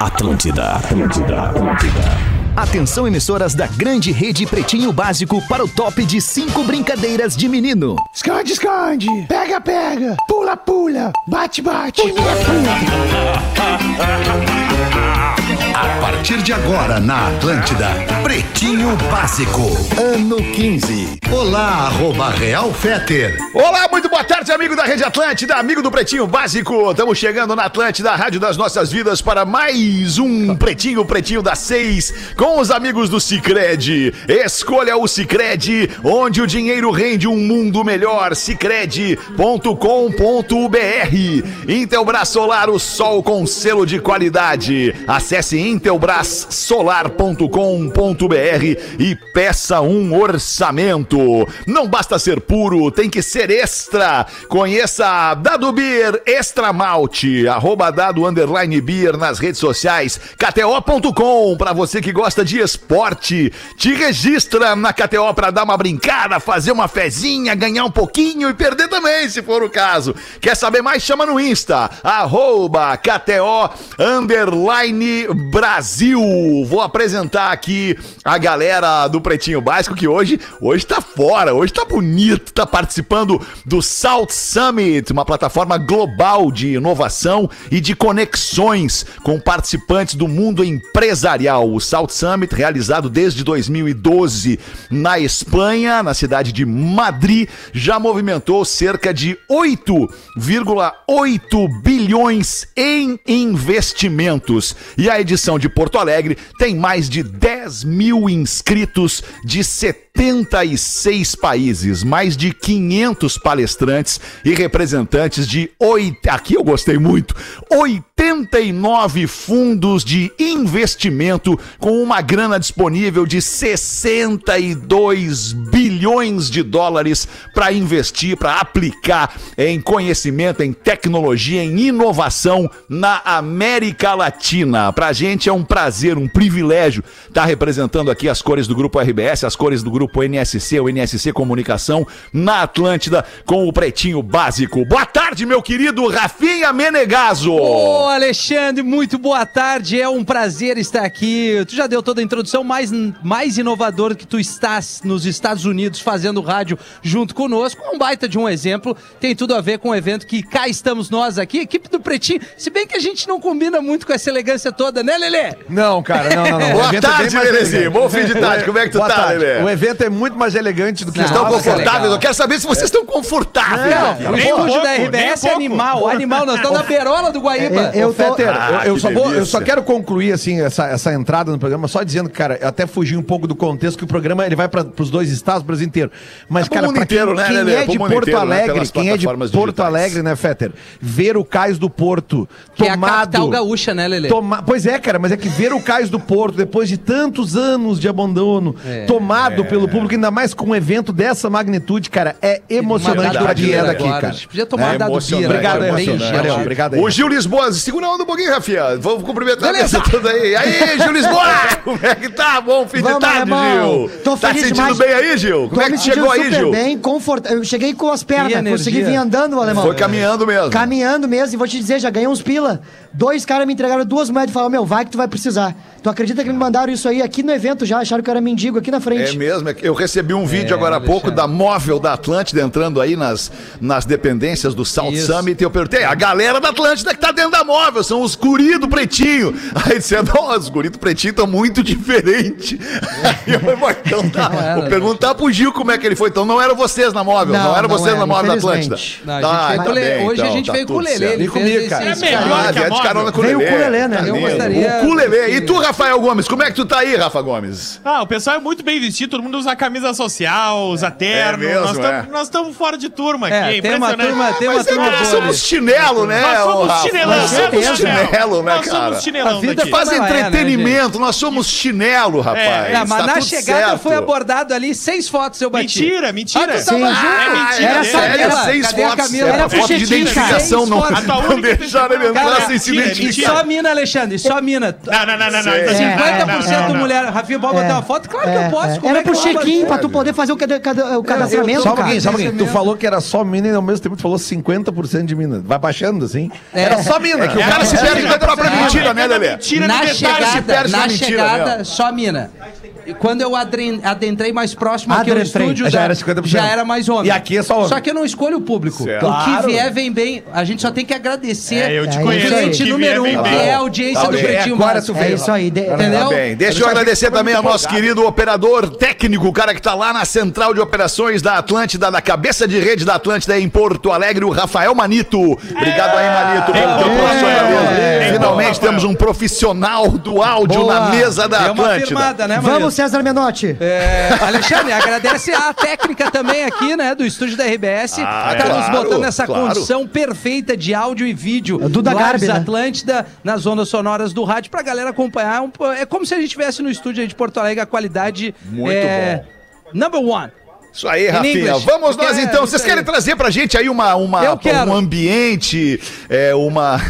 Atlântida, Atlântida, Atlântida. Atenção emissoras da grande rede Pretinho Básico para o top de cinco brincadeiras de menino. Esconde, esconde. Pega, pega. Pula, pula. Bate, bate. A partir de agora na Atlântida, Pretinho Básico, ano 15. Olá, arroba Real Feter. Olá, muito boa tarde, amigo da Rede Atlântida, amigo do Pretinho Básico. Estamos chegando na Atlântida, a rádio das nossas vidas, para mais um Pretinho, Pretinho das Seis, com os amigos do Cicred. Escolha o Cicred, onde o dinheiro rende um mundo melhor. Cicred.com.br Intelbras Solar, o sol com selo de qualidade. Acesse intelbrassolar.com.br e peça um orçamento. Não basta ser puro, tem que ser extra. Conheça a Dado Beer Extra Malte, arroba dado underline beer nas redes sociais, kto.com, para você que gosta de esporte. Te registra na KTO para dar uma brincada, fazer uma fezinha, ganhar um pouquinho e perder também, se for o caso. Quer saber mais? Chama no Insta, arroba KTO underline Brasil. Vou apresentar aqui a galera do Pretinho Básico que hoje, hoje tá fora, hoje tá bonito, tá participando do South Summit, uma plataforma global de inovação e de conexões com participantes do mundo empresarial. O South Summit realizado desde 2012 na Espanha, na cidade de Madrid, já movimentou cerca de 8,8 bilhões em investimentos. E a edição de Porto Alegre tem mais de 10 mil inscritos de 76 países, mais de 500 palestrantes e representantes de oito. Aqui eu gostei muito. 89 fundos de investimento com uma grana disponível de 62 bilhões de dólares para investir, para aplicar em conhecimento, em tecnologia, em inovação na América Latina. Para a gente é um prazer, um privilégio estar tá representando aqui as cores do grupo RBS, as cores do grupo NSC, o NSC Comunicação na Atlântida com o Pretinho Básico. Boa tarde, meu querido Rafinha Menegaso. Ô, Alexandre, muito boa tarde. É um prazer estar aqui. Tu já deu toda a introdução, mais, mais inovador que tu estás nos Estados Unidos fazendo rádio junto conosco. É um baita de um exemplo. Tem tudo a ver com o evento que cá estamos nós aqui, equipe do Pretinho. Se bem que a gente não combina muito com essa elegância toda, né, Lelê? Não, cara, não, não, não. O Boa evento é bem tarde, mais Belezinho. elegante. Bom fim de tarde. Como é que tu Boa tá, tarde. O Lelê? evento é muito mais elegante do que Não, o Estão Nossa, confortáveis? legal. Eu quero saber se vocês estão confortáveis. aqui. Não, o nem estúdio pouco, da nem RBS é pouco. É, animal, animal. Nós estamos na berola do Guaíba. É, Eu, tô... Ah, eu, eu que só vou, eu delícia. só quero concluir assim essa, essa entrada no programa só dizendo que cara eu até fugi um pouco do contexto que o programa ele vai para os dois estados, o Brasil inteiro. Mas É pro cara, mundo pra quem, inteiro, né, quem Lelê? É é pro de mundo Porto inteiro, né, Alegre, pelas quem é de plataformas Porto digitais. Alegre, né, Fetter? Ver o cais do Porto Que é a tomado capital gaúcha, né, Lelê? Toma- Pois é, cara, mas é que ver o Cais do Porto, depois de tantos anos de abandono, É. tomado pelo público, ainda mais com um evento dessa magnitude, cara, é Uma emocionante dado pra dado quem beer é bira daqui, agora. A cara. gente Podia tomar É dado emocionante, bia. Obrigado aí, Bem Rafinha. chato. Valeu, obrigado aí. O Gil Lisboa, segura a onda um pouquinho, Rafinha. Vamos cumprimentar Beleza. essa toda aí. Aí, Gil Lisboa! Como é que tá? Bom fim de Vamos, tarde, alemão. Gil. Tô tá feliz sentindo demais. bem aí, Gil? Como é Tô que me tu chegou sentindo aí, super Gil? bem, confortável. Eu cheguei com as pernas, Que consegui energia. vir andando, alemão. Foi caminhando mesmo. Caminhando mesmo, e vou te dizer, já ganhei uns pila. Dois caras me entregaram duas moedas e falaram, meu, vai que tu vai precisar. Tu acredita que me mandaram isso aí aqui no evento já? Acharam que eu era mendigo aqui na É frente. mesmo, é que eu recebi um vídeo É, agora há pouco da móvel da Atlântida entrando aí nas, nas dependências do South Isso. Summit. E eu perguntei, "É a galera da Atlântida que tá dentro da móvel, são os guri do pretinho. Aí disseram, nossa, os guri do pretinho estão muito diferentes. Aí eu falei, "Bom, então tá. Não era, Vou perguntar pro Gil como é que ele foi. Então não eram vocês na móvel, não, Não, eram não vocês na era, móvel da Atlântida. Tá, infelizmente. Não, a gente Tá, então, veio com o Lelê. Hoje a gente veio então, com o Lelê. Ele Vem fez comigo, esse- cara. esse É melhor trabalho. Ah, Olha que vier de amor, carona com o Veio Lelê. com o Lelê, né? Tá Eu lindo. gostaria- O Lelê. E tu, Rafael Gomes, como é que tu tá aí, Rafa Gomes? Ah, o pessoal é muito bem vestido, todo mundo usa camisa social, usa terno. mesmo, nós é. estamos fora de turma aqui, é É, tem uma impressionante. turma, tem uma Mas é que turma nós boa. ali. somos chinelo, né? Nós ô, somos Rafa? chinelão, Nós somos chinelo, né, Nós cara? somos chinelão A vida daqui. faz- Faz Ela é, né, entretenimento, nós somos chinelo, rapaz. É, É, mas Tá na tudo chegada certo. foi abordado ali seis fotos eu bati. Mentira, mentira. Ah, tu tava Sim. junto. Ah, é Era mentira. só- dele. era Camila, seis cadê a fotos. Camila? Era Era foto de fuchetinha, identificação, seis não. fotos. A tua Não única deixaram ele identificação. entrar Cara, sem assim, se mentira, E identificar. só mina, Alexandre, só mina. Não, não, não, não, não. É. então, 50% não, não, não. mulher. Rafinha, pode botar uma foto? Claro que É, eu posso. é. Como Era é que eu pro vou check-in pra tu poder fazer o, cade- cade- o cadastramento, Só um cara. pouquinho, só um pouquinho. Tu falou que era só mina e ao mesmo tempo tu falou 50% de mina. Vai baixando assim. Era só mina. É que o cara se perde na própria mentira, né, Lelê? É Mentira na no detalhe se chegada, perde na na mentira, chegada, só mina. E Quando eu adren- adentrei mais próximo aqui no Adentrei. estúdio, Já da- era 50%. já era mais homem. E aqui é só homem. Só que eu não escolho o público. Certo. O Claro. que vier vem bem. A gente só tem que agradecer É, eu te o conheço, cliente o que número um, vier vem que bem. é a audiência Tá, do é, Pretinho agora Básico. tu É fez. isso aí. de- Entendeu? Tá Então, bem, deixa eu deixa agradecer eu ver também ao como nosso querido operador técnico, o cara que tá lá na central de operações da Atlântida, na cabeça de rede da Atlântida em Porto Alegre, o Rafael Manito. Obrigado aí, Manito, pelo teu profissionalismo. Tem Finalmente como, temos um profissional do áudio Boa. na mesa da Deu uma Atlântida. firmada, né, Maria? Vamos, César Menotti. É, Alexandre, agradece a técnica também aqui, né, do estúdio da RBS. Ah, tá nos claro, botando essa claro. condição perfeita de áudio e vídeo. É o Duda Lives Garbi, né? Atlântida, nas ondas sonoras do rádio, pra galera acompanhar. Um po- É como se a gente estivesse no estúdio aí de Porto Alegre, a qualidade Muito é, number one. Isso aí, Rafinha. English. Vamos nós É, então. isso Vocês aí. querem trazer pra gente aí uma, uma, Eu quero. um ambiente, é, uma.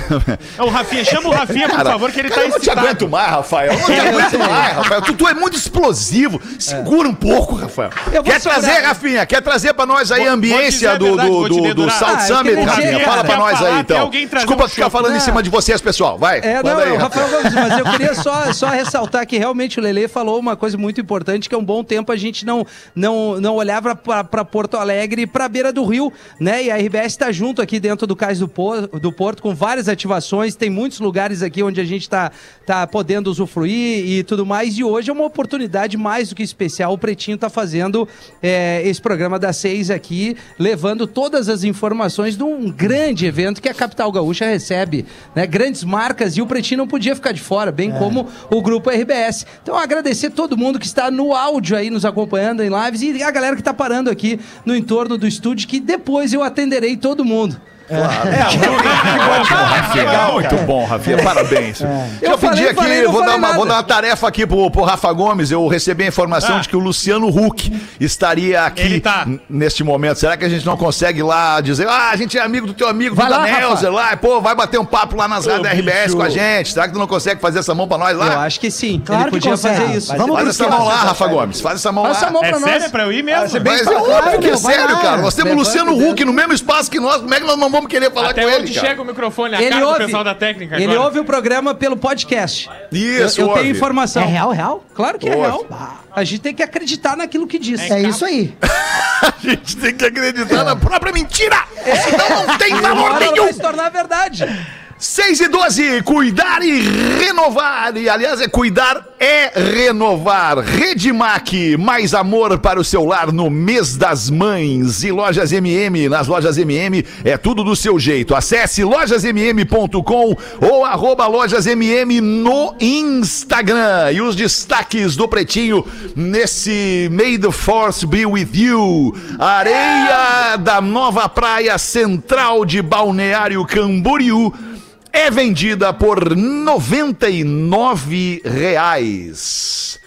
O Rafinha, chama o Rafinha, por Cara, favor, que ele cara, tá eu não te excitado. É, aguento mais, Rafael. Eu não te aguento mais, Rafael. Tu, tu é muito explosivo. Segura um pouco, Rafael. Eu vou Quer segurar. trazer, Rafinha? Quer trazer pra nós aí Vou- a vou dizer ambiência a do, verdade, do, vou te do, do dedurar. é South Ah, eu Summit, queria Rafinha? dizer, Fala pra quer nós falar aí, até então. alguém trazer Desculpa um ficar chope. falando em Não. cima de vocês, pessoal. Vai, É, manda não, aí, é o Rafael. Rafael Gomes, mas eu queria só, só ressaltar que realmente o Lele falou uma coisa muito importante, que é um bom tempo a gente não, não, não olhava para Porto Alegre e para beira do Rio, né? E a RBS está junto aqui dentro do Cais do, Po- do Porto, com várias ativações, tem muitos lugares aqui onde a gente está tá podendo usufruir e tudo mais. E hoje é uma oportunidade mais do que especial. O Pretinho tá está fazendo é, esse programa das seis aqui, levando todas as informações de um grande evento que a capital gaúcha recebe, né? Grandes marcas e o Pretinho não podia ficar de fora, bem É. como o grupo RBS. Então agradecer todo mundo que está no áudio aí nos acompanhando em lives e a galera que está parando aqui no entorno do estúdio que depois eu atenderei todo mundo. é Legal, muito bom, Rafinha. Parabéns. Eu Eu Já pedi falei, aqui, falei, não vou, dar falei uma, nada. vou dar uma tarefa aqui pro, pro Rafa Gomes. Eu recebi a informação de que o Luciano Huck estaria aqui Ah. Ele tá. n- neste momento. Será que a gente não consegue lá dizer, ah, a gente é amigo do teu amigo, Vai Duda lá, Rafa. Nelser, lá, e, pô, vai bater um papo lá nas rádios da RBS bicho. com a gente. Será que tu não consegue fazer essa mão pra nós Ah. lá? Eu acho que sim. Claro Ele que podia consegue. fazer isso. Vai- Vamos Faz pro essa Luciano, mão lá, Rafa Gomes. Faz essa mão lá. Passa a mão É pra nós. sério? É pra eu ir mesmo? Mas é óbvio claro, que é meu, vai sério, lá. cara. Nós temos o Levanta Luciano o dedo. Huck no mesmo espaço que nós. Como é que nós não vamos querer falar Até com onde ele, cara? chega o microfone? A Ele cara ouve, do pessoal da técnica agora. ele ouve o programa pelo podcast. Isso, eu, eu tenho ouve. informação. É real, real? Claro que é Ouve. real. A gente tem que acreditar naquilo que diz. É isso aí. A gente tem que acreditar na própria mentira! Senão não tem valor Agora ela vai nenhum! se tornar verdade. 6 e 12, cuidar e renovar. E aliás, é cuidar é renovar. Redmac, mais amor para o seu lar no mês das mães. E lojas MM, nas lojas MM é tudo do seu jeito. Acesse lojasmm.com ou arroba lojasmm no Instagram. E os destaques do Pretinho nesse May the Force Be With You. Areia da nova praia central de Balneário Camboriú é vendida por R$ 99 reais.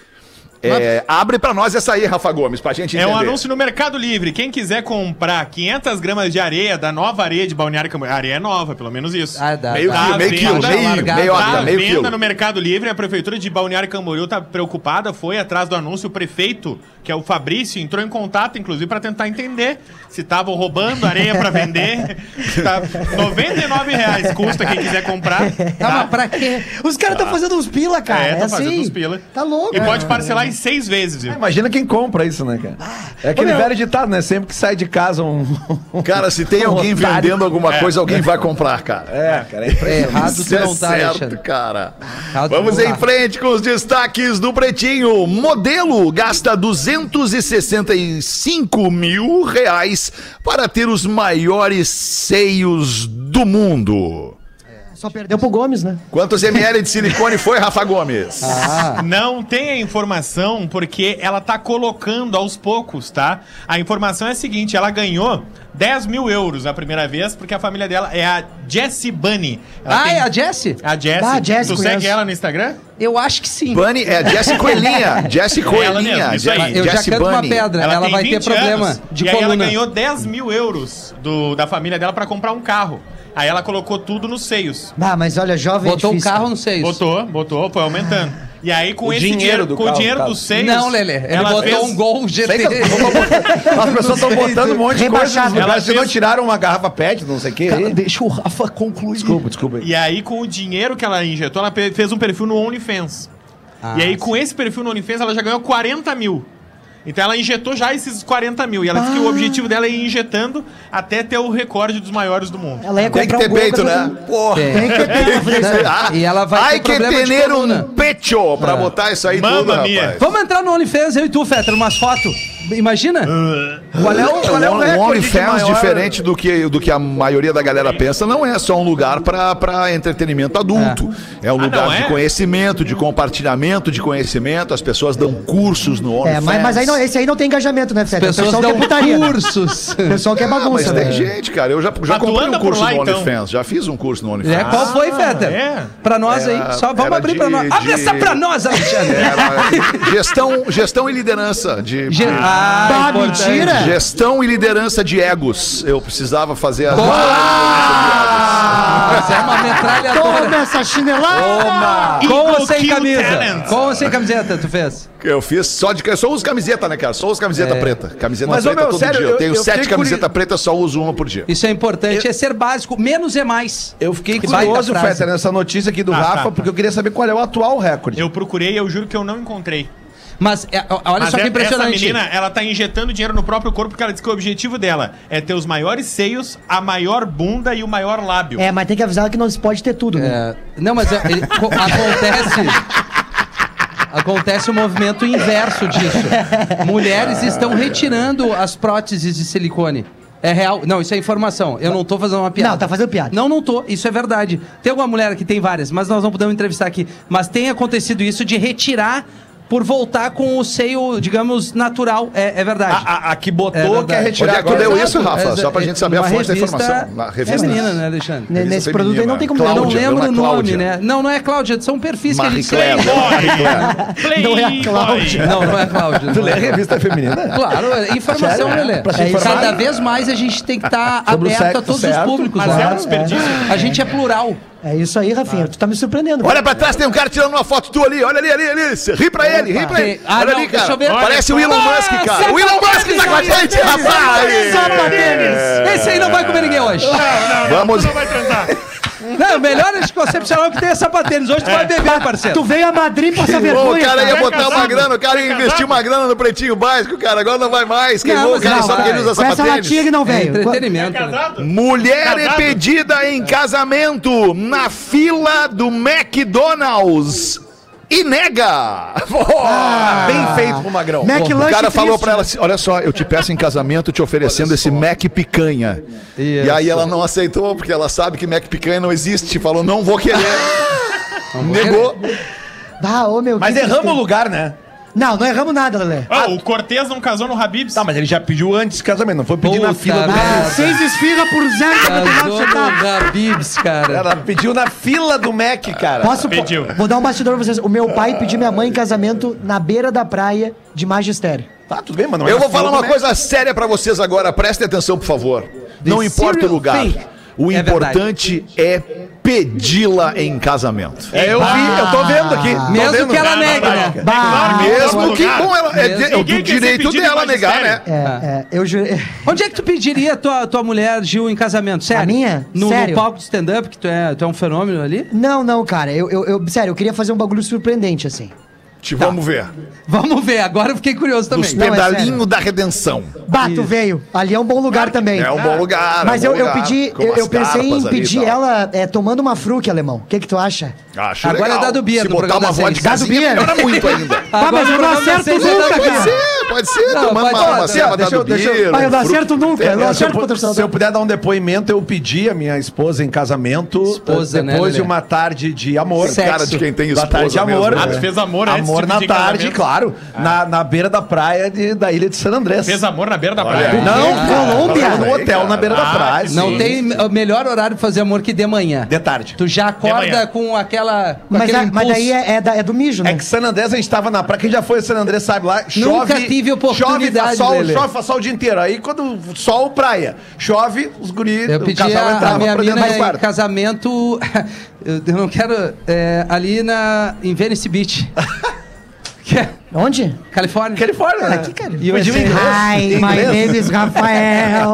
É, abre pra nós essa aí, Rafa Gomes, pra gente É entender. um anúncio no Mercado Livre. Quem quiser comprar 500 gramas de areia da nova areia de Balneário Camboriú. Areia é nova, pelo menos isso. Tá Ah, dá, Meio dá. quilo, meio venda quilo, meio, largada, meio, Tá horta, à meio venda quilo. no Mercado Livre, a prefeitura de Balneário Camboriú tá preocupada, foi atrás do anúncio, o prefeito, que é o Fabrício, entrou em contato, inclusive, para tentar entender se estavam roubando areia para vender. tá R$ 99 reais custa quem quiser comprar. Tá, mas pra quê? Os caras estão fazendo uns pila, cara. É, Tá. é, tá fazendo assim. uns pila. Tá louco. E É. pode parcelar em seis vezes, viu? Imagina quem compra isso, né, cara? É aquele Ô, meu. velho ditado, né? Sempre que sai de casa um. um- Cara, se tem alguém otário. vendendo alguma coisa, alguém vai comprar, cara. É, cara, é É, impressionante. errado tu Isso é não tá, certo, Alexandre. cara. Errado tu Vamos não em tá. frente com os destaques do Pretinho. Modelo gasta 265 mil reais para ter os maiores seios do mundo. Só perdeu pro Gomes, né? Quantos ml de silicone foi, Rafa Gomes? Ah. Não tem a informação porque ela tá colocando aos poucos, tá? A informação é a seguinte: ela ganhou 10 mil euros na primeira vez porque a família dela é a Jessie Bunny. Ela Ah, tem- é a Jessie? A Jessie. Ah, a Jessie, tu conheço. segue ela no Instagram? Eu acho que sim. Bunny, é Jesse Coelhinha. Jesse Ela Coelhinha. mesmo, isso aí. Eu já Jesse canto uma Bunny. pedra. Ela, tem vai ter 20 problema anos, de e aí coluna. ela ganhou 10 mil euros do- da família dela pra comprar um carro. Aí ela colocou tudo nos seios. Ah, mas olha, jovem. é Botou o difícil, carro cara. no seio. Botou, botou, foi aumentando. E aí com O esse dinheiro dinheiro, do com o carro, tá? dinheiro cara. dos seios, Não, Lele. Ele ela botou fez um gol GT. As pessoas estão botando um monte de coisa. Rebaixado. no lugar. Ela Se não fez- tiraram uma garrafa PET, não sei o quê. aí- Deixa o Rafa concluir. Desculpa, desculpa. aí. E aí, com o dinheiro que ela injetou, ela pe- fez um perfil no OnlyFans. Ah, e aí, com esse perfil no OnlyFans, ela já ganhou 40 mil. Então, ela injetou já esses 40 mil. E ela disse que Ah. o objetivo dela é ir injetando até ter o recorde dos maiores do mundo. Ela ia Tem que comprar ter um gol, peito, mas- né? Porra. Tem. Tem que ter peito. Ah, E ela vai Ai ter que problema de ter coluna. um pecho pra botar isso aí Mamma tudo, rapaz. mia. Vamos entrar no OnlyFans, eu e tu, Fetter, umas fotos. Imagina? Ah. Qual é o, Então, qual é o recorde de OnlyFans, maior- diferente do que, do que a maioria da galera pensa, não é só um lugar para entretenimento adulto. É, um lugar não de é? conhecimento, de compartilhamento de conhecimento. As pessoas dão cursos no OnlyFans. É, mas, mas aí não, esse aí não tem engajamento, né, Fede? O Pessoas pessoal quer dão é putaria. O cursos. pessoal quer Ah, mas bagunça, tem né? gente, cara. Eu já, já tu comprei anda um por curso lá, no então? OnlyFans. Já fiz um curso no OnlyFans. É, qual foi, Fetter? é. Pra nós aí. Só vamos era abrir de- pra nós. Abre de- essa pra nós, Alexandre. Era É, gestão, gestão e liderança de... Ge- Ah, Bah, importante. mentira! Gestão e liderança de egos. Eu precisava fazer a. Nossa, é uma metralhadora. Toma essa chinelada! Com ou Eagle sem Kill camisa? Talent. Com ou sem camiseta tu fez? Eu fiz só de. Eu só uso camiseta, né, cara? Só uso camiseta É. preta. Camiseta Mas, ô, preta meu, todo sério, dia. Eu eu- eu tenho fiquei sete camisetas pretas, só uso uma por dia. Isso é importante, é ser básico. Menos é mais. Eu fiquei Que baita curioso, frase. Fetter, né? nessa notícia aqui do Ah, Rafa, tá, tá. porque eu queria saber qual é o atual recorde. Eu procurei e eu juro que eu não encontrei. Mas é, ó, olha Mas só que é- impressionante. Essa menina, ela tá injetando dinheiro no próprio corpo porque ela disse que o objetivo dela é ter os maiores seios, a maior bunda e o maior lábio. É, mas tem que avisar que não se pode ter tudo, né? É, não, mas é, ele- co- acontece. Acontece o movimento inverso disso. Mulheres estão retirando as próteses de silicone. É real. Não, isso é informação. Eu não tô fazendo uma piada. Não, tá fazendo piada. Não, não tô. Isso é verdade. Tem alguma mulher que tem várias, mas nós não podemos entrevistar aqui. Mas tem acontecido isso de retirar por voltar com o seio, digamos, natural. É, é verdade. A, a- a que É botou verdade. quer Onde retirar é que tu Ah, deu agora. isso, Rafa? É, Só pra é, gente saber a numa fonte da revista informação. Na revista. É Feminina, né, Alexandre? Ne- Revista Nesse produto aí feminina, não tem como Eu Cláudia, não lembro dona o Cláudia. nome, né? Não, não é Cláudia, são perfis que Marie eles criam. Claire. Marie Claire. Não é a Playboy. Cláudia. Não, não é Cláudia. Tu não lê a é. revista feminina? Claro, é informação, Sério? Lelê. Pra se É isso. informar? Cada vez mais a gente tem que estar Sobre o aberto a sexo, todos certo. os públicos. Mas né? é um desperdício. A gente é plural. É isso aí, Rafinha. Tu tá me surpreendendo. Olha pra trás, tem um cara tirando uma foto tua ali. Olha ali, ali, ali. Cê Ri pra ele, ri pra ele. Ah, Olha não, ali, deixa cara. eu ver. Parece o Olha Elon só. Musk, cara. Nossa, O Elon Musk tá com a gente, tá rapaz. Esse aí não vai comer ninguém hoje. Vamos. Não, melhor anticoncepcional que tem é sapatênis. Hoje tu vai beber, Tu parceiro. veio a Madrid pra essa Pô, vergonha. o cara ia cara. botar uma grana, o cara ia investir uma grana no pretinho básico, cara. Agora não vai mais. Queimou o mas cara não só porque ele vai. usa Com essa latinha sapatênis. que não É veio. entretenimento. né? Mulher é Casado? pedida em casamento na fila do McDonald's e nega. Bem feito pro Magrão. o McLunch cara falou Ah. triste. pra ela assim: olha só, eu te peço em casamento te oferecendo esse Mac Picanha. E Isso. aí ela não aceitou, porque ela sabe que Mac Picanha não existe. Falou, não vou querer. Negou. Ah, ô meu. Mas que erramos o tristeza. lugar, né? Não, não erramos nada, Lelé. Ah, o Cortez não casou no Habibs. Tá, mas ele já pediu antes do casamento, não foi pedir na Puta fila do merda. Mac. Ah, Ah, seis esfirra por Casou no 0,99 centavos. Habibs, Tá cara. Ela pediu na fila do Mac, cara. Posso? po- Pediu. Vou dar um bastidor pra vocês. O meu pai pediu minha mãe em casamento na beira da praia de magistério. Tá, tudo bem, mano. Eu vou falar uma é coisa séria pra vocês agora, prestem atenção, por favor. Não importa o serial lugar. thing. O É importante é pedi-la em casamento. É, eu vi, eu tô vendo aqui. tô Mesmo vendo. que ela Ah, não, negue, não, né? não. Bah, Ah, Mesmo que bom, ela, é, Mesmo. de- é o Ninguém quer ser direito pedido em dela negar, né? magistério. É, é, eu jurei. Onde é que tu pediria a tua, tua mulher, Gil, em casamento? Sério? A minha? No, no Sério? palco de stand-up, que tu é, tu é um fenômeno ali? Não, não, cara. Eu, eu, eu- sério, eu queria fazer um bagulho surpreendente, assim. Te vamos ver. Vamos ver, agora eu fiquei curioso também. Dos Não, é pedalinhos da redenção. Bato veio. Ali é um bom lugar também. É um bom lugar. Mas é um eu, bom eu lugar, pedi, com eu, eu umas pensei em carpas ali e pedir tal. ela é, tomando uma fruque, alemão. O que, que tu acha? Acho Agora legal. é dado Bia Se no botar programa uma da Seis. vodkazinha, Dado Bia. melhora muito ainda. Tá, Agora Ah, mas eu o não programa acerto seis é nunca, dado cara. Pode Bia. ser, pode ser. Não, Tomando pode- uma, uma pode- ceva deixa dado eu- deixa eu- Bia, Pai, eu não um acerto fruto- nunca. Eu não É, se, eu acerto pu- patrocinador. se eu puder dar um depoimento, eu pedi a minha esposa em casamento eh, Esposa, né, depois de Lelê? uma tarde de amor. Sexo. Cara de quem tem Da tarde de esposa amor. mesmo, Ah, né? tu fez amor antes Amor de na pedir tarde, casamento? claro. Ah. Na, na beira da praia de- da ilha de San Andrés. Fez amor na beira da praia. aí. Não, Ah, Colômbia. fala No aí, hotel cara. na beira da Ah, praia. que Não sim. tem me- melhor horário pra fazer amor que de manhã. De tarde. Tu já De acorda manhã. com aquela. Com Mas, aquele a- mas impulso. daí é, é da- é do mijo, né? É que San Andrés a gente tava na praia. Quem já foi a San Andrés sabe lá, chove Nunca te incrível oportunidade. Chove, faz sol, Lelê. chove, faz sol o dia inteiro. Aí quando sol, praia. Chove, os guris, Eu o pedi casal a, a entrava minha pra dentro mina da em quarta. casamento. Eu eu não quero. é, ali na, em Venice Beach. que é Onde? Califórnia. Califórnia, né? Aqui, Ah, cara. E eu Pediu em inglês. é. Hi, my Inglês? name is Rafael.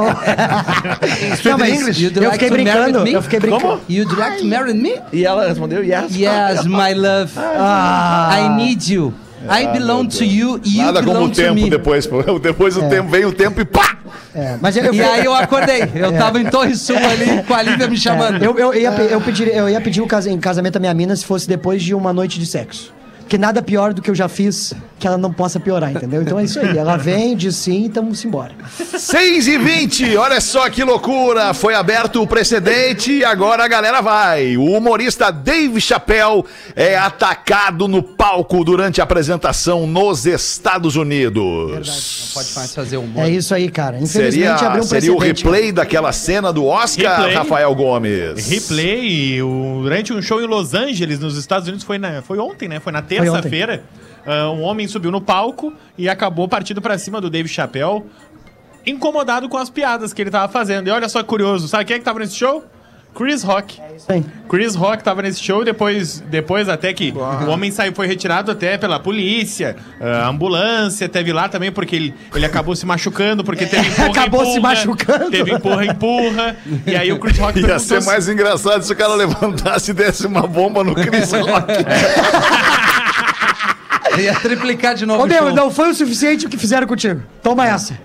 Não, mas English. You'd eu like fiquei to marry brincando. me? Eu fiquei brincando. You'd like to marry me? E ela respondeu, yes. Yes, my love. I need you. Ah, I belong to you. You Nada belong como o to tempo me. depois. pô. Depois o tempo, vem o tempo e pá! É, mas eu, eu, E aí eu acordei. Eu tava em Torre Sul ali com a Lívia me chamando. É. eu, eu ia, Ah. pe- eu, pedir, eu ia pedir o casa- em casamento da minha mina se fosse depois de uma noite de sexo. Porque nada pior do que eu já fiz que ela não possa piorar, entendeu? Então é isso aí. Ela vem, diz sim, então vamos embora. 6 e 20, olha só que loucura! Foi aberto o precedente e agora a galera vai. O humorista Dave Chappelle é atacado no palco durante a apresentação nos Estados Unidos. Pode mais fazer um É isso aí, cara. Seria, Infelizmente abriu um seria o precedente. replay daquela cena do Oscar, Replay. Rafael Gomes. Replay, o- durante um show em Los Angeles, nos Estados Unidos, foi, na- foi ontem, né? Foi na terça-feira. ah, um homem subiu no palco e acabou partindo pra cima do Dave Chappelle, incomodado com as piadas que ele tava fazendo. E olha só que curioso, sabe quem é que tava nesse show? Chris Rock. Sim. Chris Rock tava nesse show e depois, depois até que o homem saiu, foi retirado até pela polícia, a ambulância, teve lá também, porque ele, ele acabou se machucando, porque teve empurra, acabou se empurra, machucando. Teve empurra, empurra. E aí o Chris Rock Ia ser perguntou mais engraçado se o cara levantasse e desse uma bomba no Chris Rock. Ia triplicar de novo. Ô, o meu, show. não foi o suficiente o que fizeram contigo. Toma essa.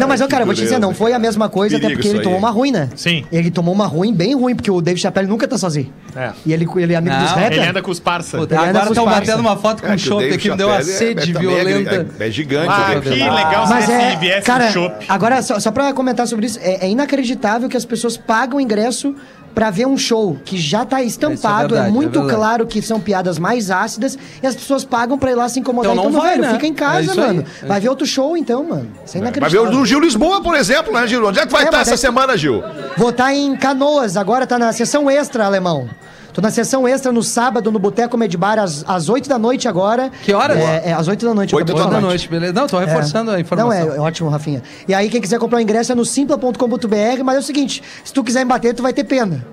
não, mas, ó, cara, eu vou te dizer, dureza, não foi a mesma coisa, até Ah, Perigo porque isso ele aí, tomou hein? uma ruim, né? Sim. Ele tomou uma ruim, bem ruim, porque o Dave Chappelle nunca tá sozinho. É. E ele, ele é amigo Não, dos Ele rappers. anda com os parça. Puta, Ele anda agora com os estão parça. batendo uma foto com É o que o chopp Dave aqui, me deu uma Chappelle é- é sede também agri- violenta. É gigante. Ah, o que Dave legal Mas se é, esse viesse cara, um chopp. agora só, só pra comentar sobre isso, é, é inacreditável que as pessoas pagam ingresso pra ver um show que já tá estampado, é, verdade, é muito verdade. claro que são piadas mais ácidas e as pessoas pagam pra ir lá se incomodar. Então Então, não vai, velho, né? fica em É casa, isso mano. aí. Vai ver outro show então, mano. Isso é Vai ver inacreditável. o do Gil Lisboa, por exemplo, né, Gil? Onde é que vai É, estar mas essa é- semana, Gil? Vou estar em Canoas, agora tá na sessão extra, alemão. Tô na sessão extra no sábado, no Boteco Medibar, às, às 8 da noite agora. Que horas? É, é às 8 da noite. eu Oito acabei Boa de da falar. noite, beleza? Não, tô É. reforçando a informação. Não, é, é ótimo, Rafinha. E aí, quem quiser comprar o ingresso é no simpla.com.br, mas é o seguinte, se tu quiser me bater, tu vai ter pena.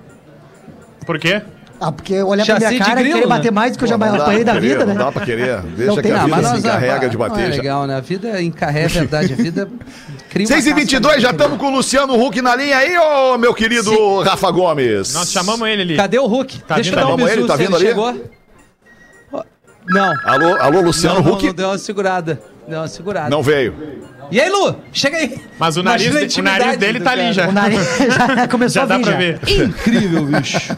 Por quê? Ah, porque olhar pra Chassi de minha cara e grilo, querer né? bater mais do que eu já Não dá apanhei pra da querer, vida, né? Não dá pra querer. Deixa tem que a nada. vida Mas se nós- encarrega de não é bater. já. legal, né? A vida encarrega, é verdade. A vida cria uma 6 e 22 casca, já né? estamos com o Luciano Huck na linha aí, ô meu querido Rafa Gomes. Nós chamamos ele ali. Cadê o Hulk? Tá Deixa eu vindo dar um ali? bisu, Ele tá se vindo ele ali? chegou. Ó, Não. Alô, alô, Luciano Não, não, Huck? não, deu uma segurada. Deu uma segurada. Não veio. E aí, Lu? Chega aí. Mas o nariz, Imagina a de- o nariz intimidade dele do tá ali cara. já. O nariz já começou Já a dá vir pra já. ver. Incrível, bicho.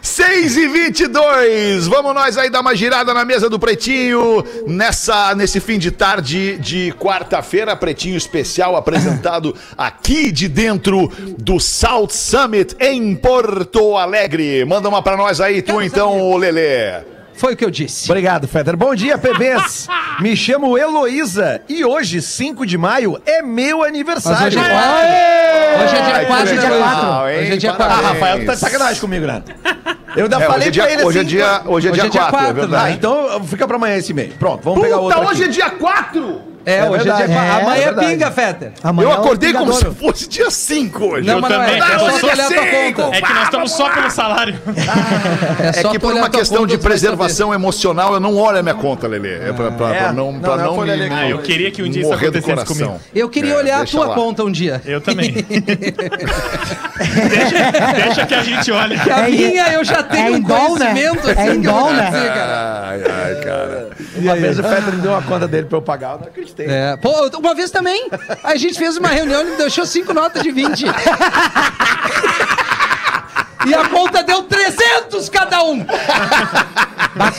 6 e 22 Vamos nós aí dar uma girada na mesa do Pretinho. Nessa, nesse fim de tarde de quarta-feira, Pretinho Especial apresentado aqui de dentro do South Summit em Porto Alegre. Manda uma pra nós aí, tu então, ô Lelê. Foi o que eu disse. Obrigado, Fetter. Bom dia, PBs. Me chamo Heloísa e hoje, 5 de maio, é meu Mas hoje aniversário. é Aê! Hoje é Ai, dia que 4, legal, hein? Hoje é dia Parabéns. 4. Ah, Rafael, tu tá de sacanagem comigo, né? Eu ainda É, falei hoje é dia, pra ele hoje é assim, dia, hoje é hoje dia é dia 4, é quatro, verdade. é Ah, então fica pra amanhã esse e-mail. Pronto, vamos pegar outro aqui. dia 4! É, É hoje é verdade. dia 4. É, Amanhã é é verdade. pinga, Feta. Amanhã eu é o acordei como se Vingadouro. fosse dia 5 hoje. Não, mas não é. também, É eu só sou tu olhar tua assim, conta. É que nós estamos só pelo salário. É É só que tu por olhar uma tua questão conta, de tu vai saber. preservação emocional, eu não olho a minha conta, Lelê. É pra, pra, pra É. não, Não, pra não, não, foi me- legal. me Ah, eu queria que um dia isso morrer do acontecesse coração. comigo. Eu queria É, olhar a deixa tua lá. conta um dia. Eu também. deixa, deixa que a gente olhe. Que a É em- minha eu já tenho em um dom, né? conhecimento. É assim, em que eu vou dom, né? dizer, cara. Ai, ai, cara. Uma vez o Fetter me deu uma conta dele pra eu pagar, eu não acreditei. É, pô, uma vez também, a gente fez uma reunião, ele me deixou cinco notas de 20. E a conta deu 300 cada um.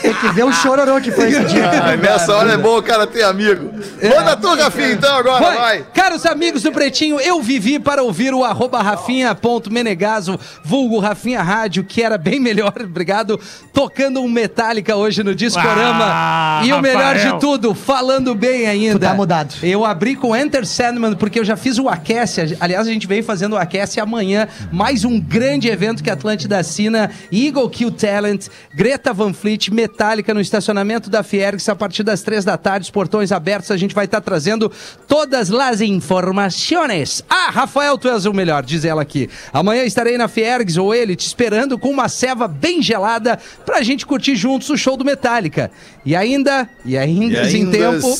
Tem que ver o chororô que foi esse dia. Ai, nessa hora é bom o cara ter amigo. Manda a tua, Rafinha, então, agora, Vai. vai. Caros amigos do Pretinho, eu vivi para ouvir o arroba rafinha.menegaso, vulgo Rafinha Rádio, que era bem melhor, obrigado, tocando um Metallica hoje no Discorama. Ah, e o melhor Rafael. de tudo, falando bem ainda. Tu tá mudado. Eu abri com Enter Sandman, porque eu já fiz o Aquece. Aliás, a gente veio fazendo o Aquece amanhã. Mais um grande evento que a Atlântida assina. Eagle Kill Talent, Greta Van Fleet, noite metálica no estacionamento da Fiergs a partir das três da tarde, os portões abertos, a gente vai estar trazendo todas as informações. Ah, Rafael, tu és o melhor, diz ela aqui. Amanhã estarei na Fiergs ou ele te esperando com uma ceva bem gelada pra gente curtir juntos o show do Metallica. E ainda, e ainda, E em ainda- tempo,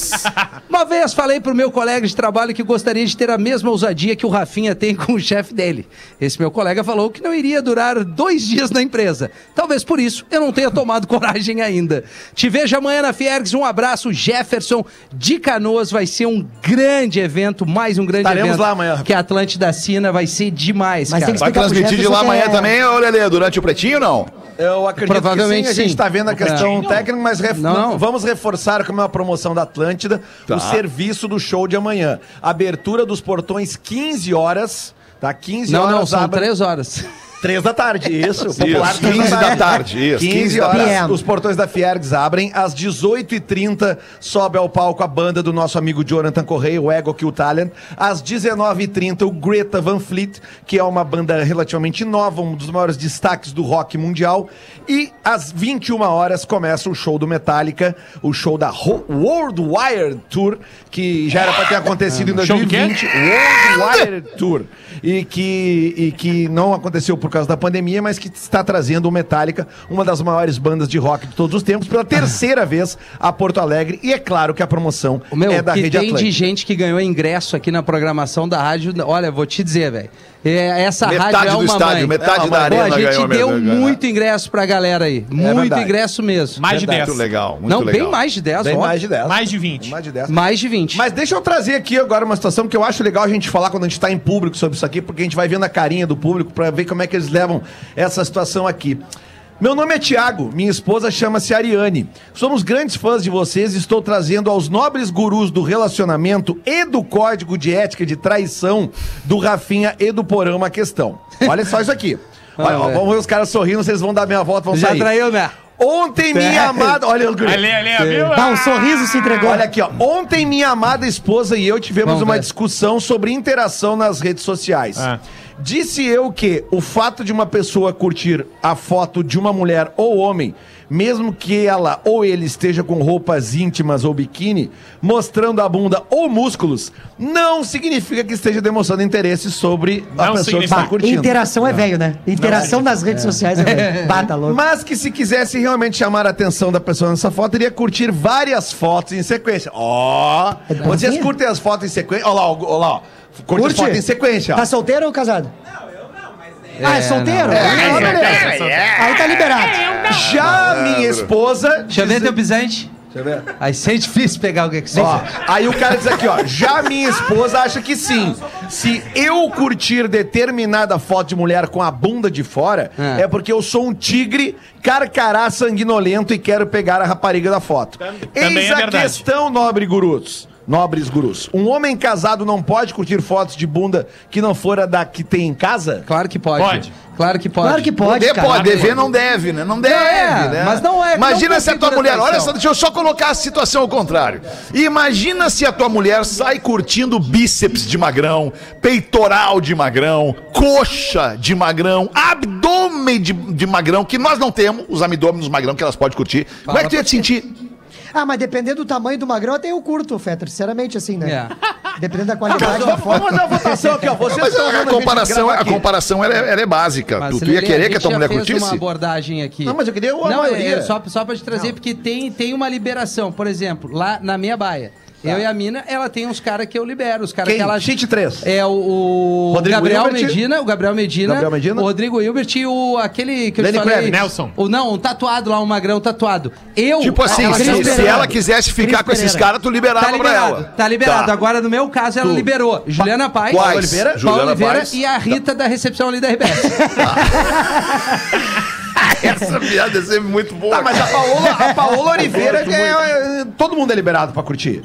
uma vez falei pro meu colega de trabalho que gostaria de ter a mesma ousadia que o Rafinha tem com o chefe dele. Esse meu colega falou que não iria durar dois dias na empresa. Talvez por isso eu não tenha tomado coragem ainda. Te vejo amanhã na Fiergs. Um abraço, Jefferson de Canoas. Vai ser um grande evento, mais um grande Estaremos evento. lá amanhã, Rafinha. Que a Atlântida Sina vai ser demais, Mas cara. tem que Vai Explica pro transmitir de lá Jefferson amanhã que é- também, ô Lelê, durante o pretinho não? Eu acredito Provavelmente que sim. A gente sim. está vendo a questão técnica, mas ref- Não, Tá. não. vamos reforçar como é uma promoção da Atlântida o serviço do show de amanhã. Abertura dos portões 15 horas, tá? 15 Não, horas. não, são abre- três horas. Três da tarde, isso. Isso, Popular, três 15 da tarde, isso, 15, 15 da horas. tarde. Os portões da Fiergs abrem. Às 18h30, sobe ao palco a banda do nosso amigo Jonathan Correia, o Ego Kill Talent. Às 19h30, o Greta Van Fleet, que é uma banda relativamente nova, um dos maiores destaques do rock mundial. E às 21 horas começa o show do Metallica, o show da Ho- World Wire Tour, que já era pra ter acontecido em Show do quê? 2020. World Wire Tour. E que, e que não aconteceu por causa da pandemia, mas que está trazendo o Metallica, uma das maiores bandas de rock de todos os tempos, pela terceira vez a Porto Alegre. E é claro que a promoção O meu, é da que Rede tem de Atlântica. gente que ganhou ingresso aqui na programação da rádio. Olha, vou te dizer, velho. É, essa Metade rádio é do uma estádio, mãe. metade É uma da mãe. Pô, arena a gente ganhou, deu meu Deus, muito ingresso pra galera aí. muito verdade. ingresso mesmo. Mais de Verdade. 10. Muito legal, muito Não, legal. bem mais de 10, Tem ó. mais de 10. Mais de 20. Mais de 10. Mais de 20. Mas deixa eu trazer aqui agora uma situação que eu acho legal a gente falar quando a gente está em público sobre isso aqui, porque a gente vai vendo a carinha do público para ver como é que eles levam essa situação aqui. Meu nome é Tiago, minha esposa chama-se Ariane. Somos grandes fãs de vocês e estou trazendo aos nobres gurus do relacionamento e do código de ética de traição do Rafinha e do Porão uma questão. Olha só isso aqui. Olha, ó, velho. vamos ver os caras sorrindo, vocês vão dar minha volta, vão Já sair. traiu, né? Ontem minha amada... Olha o guri. Ali, ah. ali, viu? Dá um sorriso se entregou. Olha aqui, ó. Ontem minha amada esposa e eu tivemos Vamos uma ver. discussão sobre interação nas redes sociais. Ah. Disse eu que o fato de uma pessoa curtir a foto de uma mulher ou homem, mesmo que ela ou ele esteja com roupas íntimas ou biquíni, mostrando a bunda ou músculos, não significa que esteja demonstrando interesse sobre a pessoa Não que significa. está Bah, curtindo. interação é velho, né? Interação nas redes sociais é velho. Bata louco. Mas que se quisesse realmente chamar a atenção da pessoa nessa foto, iria curtir várias fotos em sequência. Ó! É vocês bonzinho. curtem as fotos em sequência. Ó lá, ó, ó lá. ó. Curte, as fotos em sequência. ó. Tá solteiro ou casado? Ah, é solteiro? não. Ah, é, beleza. é, é, Aí tá liberado. Já minha esposa. Deixa eu ver diz- teu pisante. Deixa eu ver. Aí se é difícil pegar alguém que você. Ó, aí o cara diz aqui, ó. Já minha esposa acha que sim. Se eu curtir determinada foto de mulher com a bunda de fora, É. é, porque eu sou um tigre carcará sanguinolento e quero pegar a rapariga da foto. também Eis é a verdade. questão, nobre gurus. Nobres gurus. Um homem casado não pode curtir fotos de bunda que não for a da que tem em casa? Claro que pode. Pode. Claro que pode. Claro que pode, Poder cara. pode, dever não deve, né? Não deve, É, né? mas não é- Imagina não se a tua configura mulher, olha traição. só, deixa eu só colocar a situação ao contrário. Imagina se a tua mulher sai curtindo bíceps de magrão, peitoral de magrão, coxa de magrão, abdômen de, de magrão, que nós não temos, os abdômenes magrão que elas podem curtir. Como é que tu ia te sentir? Ah, mas dependendo do tamanho do magrão, até eu curto, Fetter. Sinceramente, assim, né? Dependendo da Mas qualidade da vamos, foto. vamos fazer a votação aqui, ó. Vocês Mas estão a vendo gente comparação, gravar a aqui. comparação ela, é- ela é básica. Mas, tu, tu Lelê, ia querer que a gente tua já mulher fez uma curtisse? Ah, abordagem aqui. Não, mas eu queria a Não, é- maioria. é só, só pra te trazer, porque tem, tem uma liberação. Por exemplo, lá na minha baia, Tá. eu e a mina, ela tem uns caras que eu libero. Os caras Quem? que ela... Cite três. É o, o Rodrigo Gabriel Hilbert. Medina, o Gabriel Medina, Gabriel Medina. o Rodrigo Hilbert e o aquele que eu te Lenny falei. Kravitz. Nelson. O, não, um tatuado lá, um magrão tatuado. Eu... Tipo assim, ela- se, ela- se ela quisesse ficar com esses caras, tu liberava Tá pra liberado, ela. tá liberado. Tá. Agora, no meu caso, ela liberou. Juliana Paz, Quais? Paula Oliveira, Paula Juliana Tá. Oliveira Paes. e a Rita da recepção ali da RBS. Essa piada é sempre muito boa. Tá, mas a Paola, a Paola Oliveira, é, é- todo mundo é liberado pra curtir.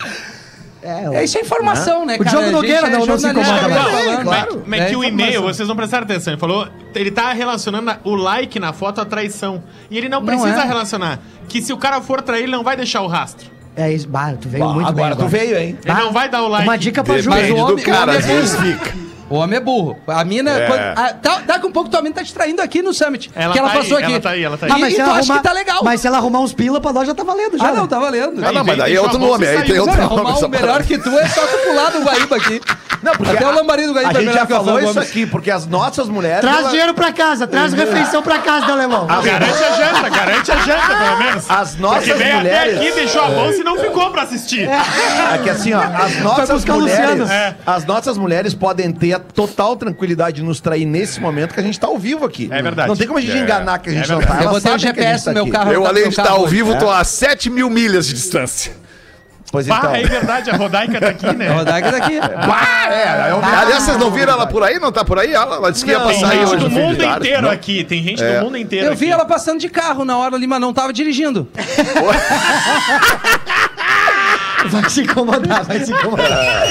É isso é informação, né, O Diogo A gente Nogueira é não- não se jornalista incomoda também mais. falando. Sim, claro. Mas, mas É que o e-mail, informação. vocês não prestaram atenção. Ele falou, ele tá relacionando a- o like na foto à traição. E ele não, precisa é. relacionar. Que se o cara for trair, ele não vai deixar o rastro. É isso. Bah, tu veio muito bem agora tu veio, hein? Ele não vai dar o like. Uma dica pra Ju. Depende Mas o do homem- o cara, homem às é vezes fica. O homem é burro. A mina. É. quando- a- tá, daqui um pouco tua mina tá te traindo aqui no Summit. Ela que ela tá passou aí, aqui. ela tá aí, ela tá aí. E, Ah, e tu acha que tá legal. Mas se ela arrumar uns pila pra nós, já tá valendo. Já, Ah, não, né? tá valendo. um Ah, não, mas daí é Deixa outro a bolsa nome, aí sair. tem Não, outro nome. arrumar essa um melhor parada. que tu é só tu pular do Guaíba aqui. Não, porque Até a- o lambarido do Guaíba A é gente melhor já que o Alfredo falou isso Gomes. aqui, porque as nossas mulheres. Traz elas- dinheiro pra casa, traz refeição pra casa, né, alemão? Garante a janta, garante a janta, pelo menos. As Porque nossas veio até aqui, mulheres. deixou a bolsa e não ficou pra assistir. É que assim, ó, as nossas buscar o mulheres. Luciano. É. As nossas mulheres podem ter a total tranquilidade de nos trair nesse momento que a gente tá ao vivo aqui. É verdade. Não tem como a gente É. enganar que a gente É não verdade. tá. Eu Elas botei o sabem que a gente GPS tá no meu aqui. carro. Eu, tá além no de carro estar ao hoje. vivo, tô a 7 mil milhas de distância. Pois então. Bah, é verdade, a Rodaica tá aqui, né? É o Rodaica daqui. Bah, é, é um- Aliás, vocês não viram ela por aí? Não tá por aí? Ela, ela disse que ia Tem passar aí gente hoje do no fim de mundo tarde. né? inteiro Não. aqui. Tem gente do mundo inteiro Eu vi aqui. ela passando de carro na hora ali, mas não tava dirigindo. Vai se incomodar, vai se incomodar.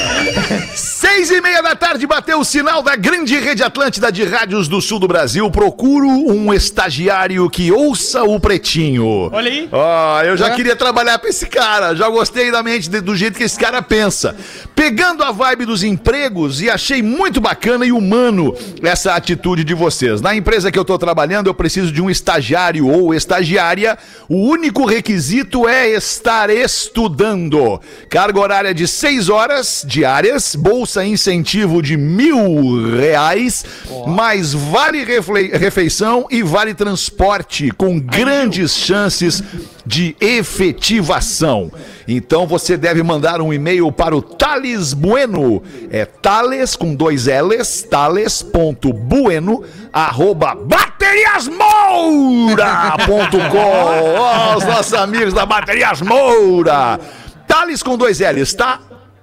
Seis e meia da tarde bateu o sinal da grande rede Atlântida de rádios do sul do Brasil. Procuro um estagiário que ouça o pretinho. Olha aí. Ó, eu já É. queria trabalhar pra esse cara. Já gostei da mente de- do jeito que esse cara pensa. Pegando a vibe dos empregos e achei muito bacana e humano essa atitude de vocês. Na empresa que eu tô trabalhando, eu preciso de um estagiário ou estagiária. O único requisito é estar estudando. Carga horária de seis horas diárias, bolsa incentivo de mil reais, mais vale refle- refeição e vale transporte, com grandes chances de efetivação. Então você deve mandar um e-mail para o Thales Bueno. É Thales com dois L's, thales.bueno, arroba bateriasmoura.com. Ó, os nossos amigos da Baterias Moura. Thales com dois L's, tá?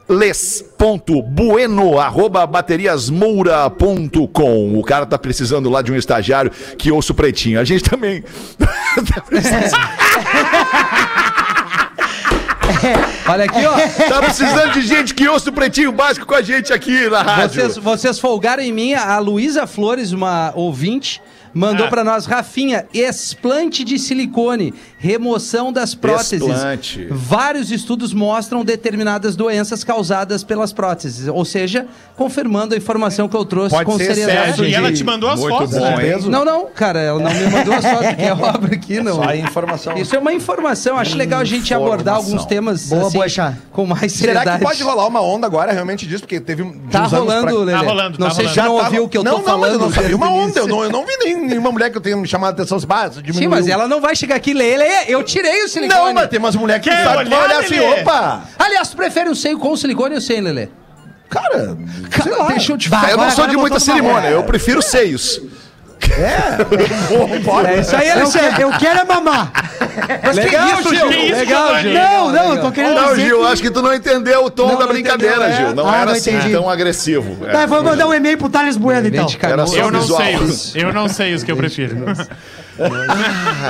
les.bueno, arroba bateriasmoura.com. O cara tá precisando lá de um estagiário que ouça o pretinho. A gente também. tá precisando- Olha aqui, ó. tá precisando de gente que ouça o pretinho básico com a gente aqui na rádio. Vocês, vocês folgaram em mim, a Luísa Flores, uma ouvinte. Mandou Ah. pra nós, Rafinha, explante de silicone, remoção das próteses. Explante. Vários estudos mostram determinadas doenças causadas pelas próteses, ou seja, confirmando a informação que eu trouxe Pode com ser seriedade. excesso E de- ela te mandou as Muito fotos. bom, né? hein? Não, não, cara, ela não me mandou as fotos que é obra aqui, não. Só então. a informação. Isso é uma informação, acho legal a gente abordar alguns temas Boa, assim, boa, Chá. com mais seriedade. Será que pode rolar uma onda agora realmente disso? Porque teve um- de Tá uns anos pra rolando, Lelê. rolando, Não tá sei se rolando. não tava- ouviu o que eu não, tô não, falando. Eu não sabia uma desde o onda, eu início. não, eu não vi nem- nenhuma mulher que eu tenha me chamado a atenção. assim, "Bah, diminuiu." Sim, mas ela não vai chegar aqui e ler. Lelê, Eu tirei o silicone. Não, mas tem umas mulheres que Quer sabem que vai olhar, olhar assim, Lelê? opa! Aliás, tu prefere o seio com o silicone ou sem, Lelê? Cara, sei lá, Claro. deixa eu te Ah, falar. eu não Agora- sou de agora muita botou uma cerimônia, eu prefiro seios. Bora. É isso aí, Eu, Alexandre. que- eu quero é mamar. Mas Legal, que isso, Gil. Gil? Que isso, legal, Giovanni? Gil. Não, não, eu tô querendo Não, dizer Gil, que- acho que tu não entendeu o tom Não, da não brincadeira, entendeu, é. Gil. Não Ah, era não assim entendi. tão agressivo. É. Tá, vou mandar um e-mail pro Thales Bueno, então. Vem de canoa. Era só Eu não visual. sei os, eu não sei os que eu prefiro.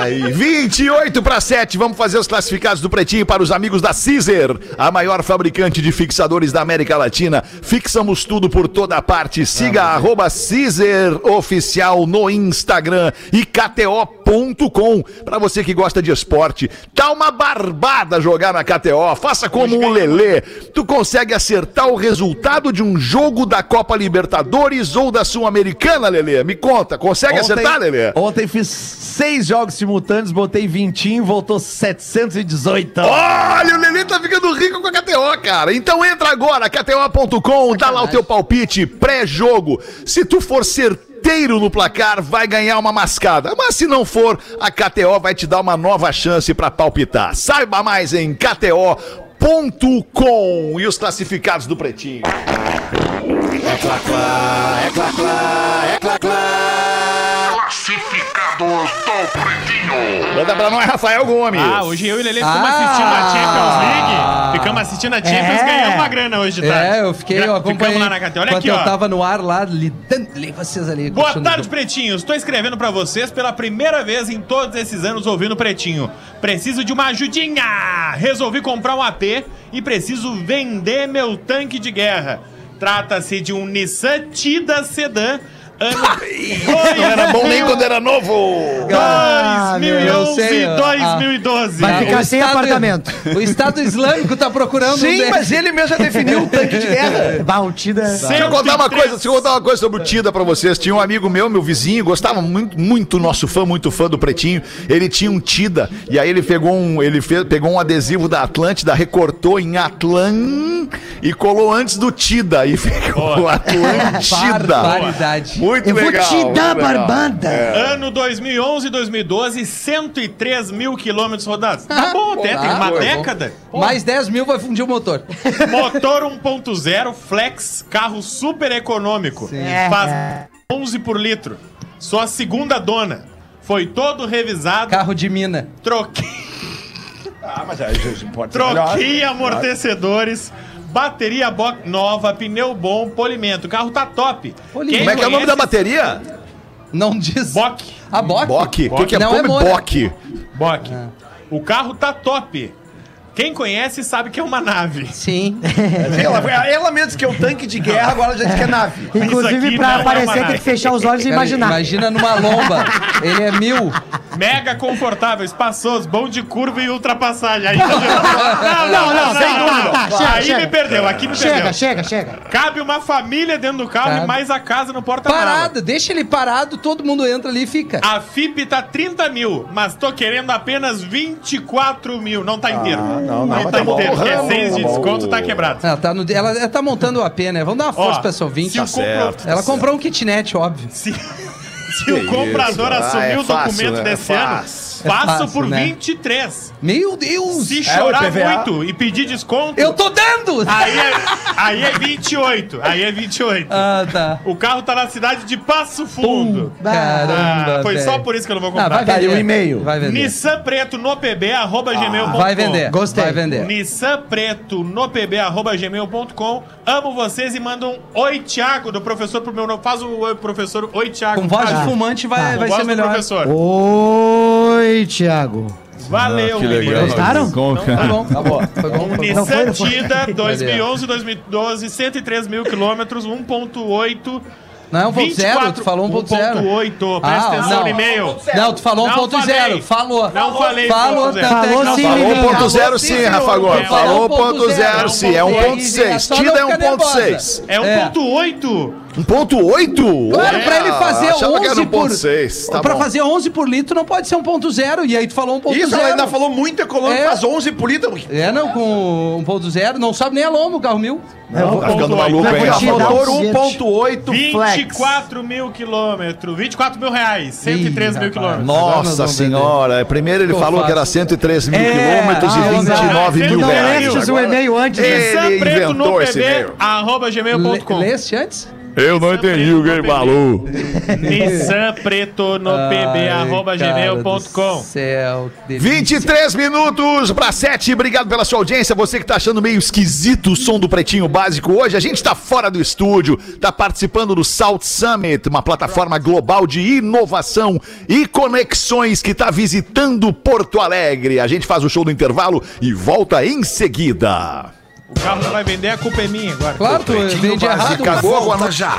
Aí, 28 para 7, vamos fazer os classificados do Pretinho para os amigos da Caesar, a maior fabricante de fixadores da América Latina. Fixamos tudo por toda parte. Siga arroba Caesar Oficial no Instagram e KTO.com. Para você que gosta de esporte, tá uma barbada jogar na KTO. Faça como o Lelê. Tu consegue acertar o resultado de um jogo da Copa Libertadores ou da Sul-Americana, Lelê? Me conta, consegue acertar, Lelê? ontem fiz seis jogos simultâneos, botei 20, voltou 718. Olha, o Lelê tá ficando rico com a KTO, cara. Então entra agora, KTO.com, dá tá lá o teu palpite pré-jogo. Se tu for certeiro no placar, vai ganhar uma mascada. Mas se não for, a KTO vai te dar uma nova chance pra palpitar. Saiba mais em KTO.com e os classificados do Pretinho. Manda pra nós, Rafael Gomes. Ah, hoje eu e o Lelê ficamos Ah. assistindo a Champions League. Ficamos assistindo a Champions, É. ganhamos uma grana hoje, tá? É, eu fiquei, eu acompanhei. Ficamos lá na cadeia. Olha Enquanto aqui, eu ó. tava no ar lá, lidando, li vocês ali. Boa curtindo o tarde, jogo. pretinhos. Estou escrevendo pra vocês pela primeira vez em todos esses anos ouvindo Pretinho. Preciso de uma ajudinha. Resolvi comprar um AP e preciso vender meu tanque de guerra. Trata-se de um Nissan Tida Sedan Não era bom nem quando era novo. Ah, meu, eu 2011 sei, ó. 2012. Vai Ah, ficar o sem Estado- apartamento. O Estado Islâmico tá procurando um Sim, desses. mas ele mesmo já definiu o tanque de guerra. Baltida. Deixa eu contar uma 103. coisa, deixa eu contar uma coisa sobre o Tida pra vocês. Tinha um amigo meu, meu vizinho, gostava muito, muito nosso fã, muito fã do Pretinho. Ele tinha um Tida e aí ele pegou um, ele fez, pegou um adesivo da Atlântida, recortou em Atlan e colou antes do Tida e ficou Atlântida. Barbaridade. Muito Eu vou legal. te dar muito legal. É. barbada. Ano 2011 e 2012, 103 mil quilômetros rodados. Tá Ah, bom até, tem uma Tá, é década. bom. Mais 10 mil vai fundir o motor. Motor 1.0, flex, carro super econômico. É. Faz 11 por litro. Sua segunda dona. Foi todo revisado. Carro de mina. Troquei. Ah, Troquei amortecedores. Bateria box nova, pneu bom, polimento. O carro tá top. Polimento. Quem Como é que é o nome da conhece, bateria? Não diz. Bock. A Bock? Bock. O que, que é? Não Come é Moura. Bock. Bock. Ah. O carro tá top. Quem conhece sabe que é uma nave. Sim. Ela, ela mesmo disse que é um tanque de guerra, agora já diz que é nave. Isso aqui Inclusive, não pra é aparecer, uma tem que fechar os olhos e Cara, imaginar. Imagina numa lomba. Ele é mil. Mega confortável, espaçoso, bom de curva e ultrapassagem. Aí, não, não, não, tá, tá, chega, Aí chega. me perdeu, aqui me Chega, perdeu. chega, chega. Cabe uma família dentro do carro Cabe. e mais a casa no porta-malas. Parado. Deixa ele parado, todo mundo entra ali e fica. A FIP tá 30 mil, mas tô querendo apenas 24 mil. Não tá inteiro. Ah, não, tá inteiro. bom. É 6 de Tá bom. desconto, tá quebrado. Ela tá, no, ela, ela tá montando o AP, né? Vamos dar uma força pra essa ouvinte. se o, Tá compro- certo. Ela comprou um kitnet, óbvio. se- se o Que comprador isso, ah, assumir é o fácil, documento né? É desse ano, fácil. É passo fácil, por né? 23. Meu Deus! É, Se chorar IPVA. muito e pedir desconto, Eu tô dando! aí, é, aí é 28. Aí é 28. Ah, tá. O carro tá na cidade de Passo Fundo. Caramba, Ah, foi velho. só por isso que eu não vou Não, comprar. vai vender. Tá aí o e-mail. Vai vender. Ah, Nissan Preto no pb, arroba gmail.com. Vai vender. Gostei. Vai vender. Nissan Preto no pb, arroba gmail.com. Amo vocês e mandam um oi, Thiago, do professor pro meu nome. Faz o oi, professor. Oi, Thiago. Com voz Faz de com fumante vai, vai voz ser do melhor. professor. Oi, Thiago. Valeu, meninas. Gostaram? Tá bom, tá bom. Foi bom. Foi bom. Não foi, Nissan não foi. Tida, 2011, 2012, 103 mil quilômetros, 1.8. Não é 1.0, tu falou 1.0 1.8, presta Ah, atenção não. no e-mail. Não, tu falou Não 1.0. falei. Falou. Não falei Falou, 1.0. tanto é que Falou não sim, falou. Falou Lilian. ponto zero sim, Rafa Gomes. É, Falou falou ponto um ponto zero zero, sim, é um ponto ponto zero. seis. Só Tida é não um fica ponto nervosa. seis. É É. 1.8. 1.8? Claro, É, pra ele fazer achava que era 11 por... 1.6, tá pra bom. fazer 11 por litro não pode ser 1.0, e aí tu falou 1.0. Isso, ela ainda falou muito econômico, É. faz 11 por litro. É, não, com 1.0, não sobe nem a lomba o carro mil. Eu vou- Tá ficando maluco, Não, hein, é vou te Rafa dar Gomes? Motor um cacete. 1.8 flex. 24 mil quilômetros. 24 mil reais. 103 mil rapaz. quilômetros. Agora nós Nossa vamos vender. senhora, é, primeiro ele Ficou falou que fácil. era 103 mil É, quilômetros ah, e 29 mil Não Então, Não, reais. lestes o Agora- e-mail antes, né? Ele Nissan Preto no inventou esse e-mail. pb, arroba é gmail.com. Lê este antes? Eu não entendi o que ele falou. Nissan Preto no pb, Ai, arroba cara gmail.com. do Céu, que delícia. 23 minutos para 7. Obrigado pela sua audiência. Você que tá achando meio esquisito o som do Pretinho Básico hoje, a gente tá fora do estúdio, tá participando do South Summit, uma plataforma global de inovação e conexões que tá visitando Porto Alegre. A gente faz o show do intervalo e volta em seguida. O carro não vai vender, a culpa é minha agora. Claro, tu vende errado. Básico acabou. mas- Volta já.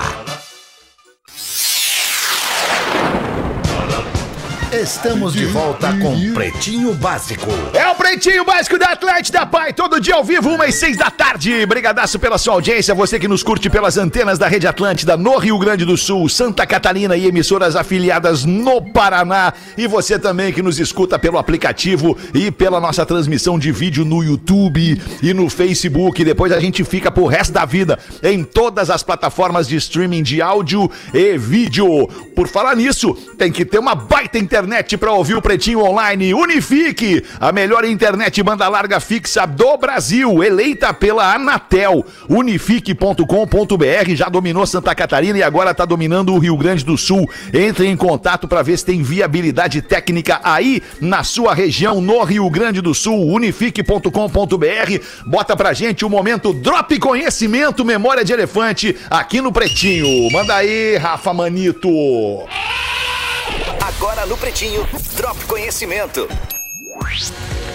Estamos de volta com Pretinho Básico. É o Pretinho Básico da Atlântida, pai, todo dia ao vivo, 1 e 6 da tarde. Brigadaço pela sua audiência, você que nos curte pelas antenas da Rede Atlântida no Rio Grande do Sul, Santa Catarina e emissoras afiliadas no Paraná. E você também que nos escuta pelo aplicativo e pela nossa transmissão de vídeo no YouTube e no Facebook. Depois a gente fica pro resto da vida em todas as plataformas de streaming de áudio e vídeo. Por falar nisso, tem que ter uma baita internet para ouvir o Pretinho Online. Unifique, a melhor internet banda larga fixa do Brasil, eleita pela Anatel. Unifique.com.br já dominou Santa Catarina e agora está dominando o Rio Grande do Sul. Entre em contato para ver se tem viabilidade técnica aí na sua região, no Rio Grande do Sul. Unifique.com.br. Bota pra gente o momento Drop Conhecimento Memória de Elefante aqui no Pretinho. Manda aí, Rafa Manito. Agora no Pretinho, Drop Conhecimento.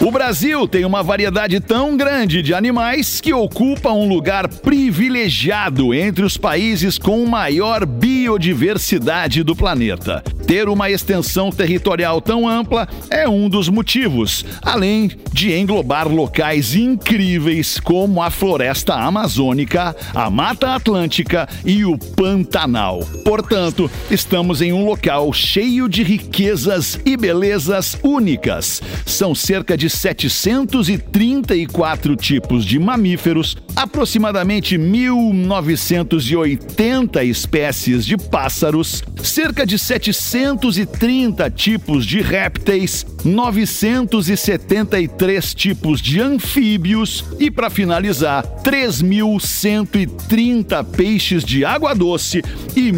O Brasil tem uma variedade tão grande de animais que ocupa um lugar privilegiado entre os países com maior biodiversidade do planeta. Ter uma extensão territorial tão ampla é um dos motivos, além de englobar locais incríveis como a floresta amazônica, a Mata Atlântica e o Pantanal. Portanto, estamos em um local cheio de riquezas e belezas únicas. São cerca de 734 tipos de mamíferos, aproximadamente 1980 espécies de pássaros, cerca de 730 tipos de répteis, 973 tipos de anfíbios e, para finalizar, 3.130 peixes de água doce e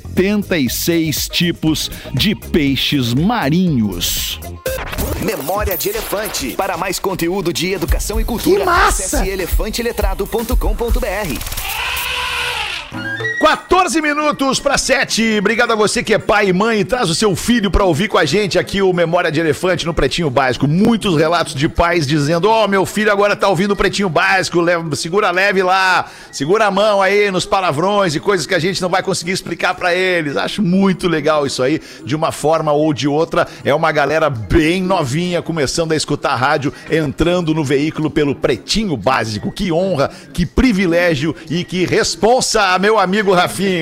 1.376 tipos de peixes marinhos. Memória de Elefante. Para mais conteúdo de educação e cultura, Que massa! acesse elefanteletrado.com.br. 14 minutos para 7. Obrigado a você que é pai e mãe. Traz o seu filho para ouvir com a gente aqui o Memória de Elefante no Pretinho Básico. Muitos relatos de pais dizendo: Ó, meu filho agora tá ouvindo o Pretinho Básico. leva- segura leve lá, segura a mão aí nos palavrões e coisas que a gente não vai conseguir explicar para eles. Acho muito legal isso aí. De uma forma ou de outra, é uma galera bem novinha começando a escutar a rádio, entrando no veículo pelo Pretinho Básico. Que honra, que privilégio e que responsa, meu amigo Rafinha.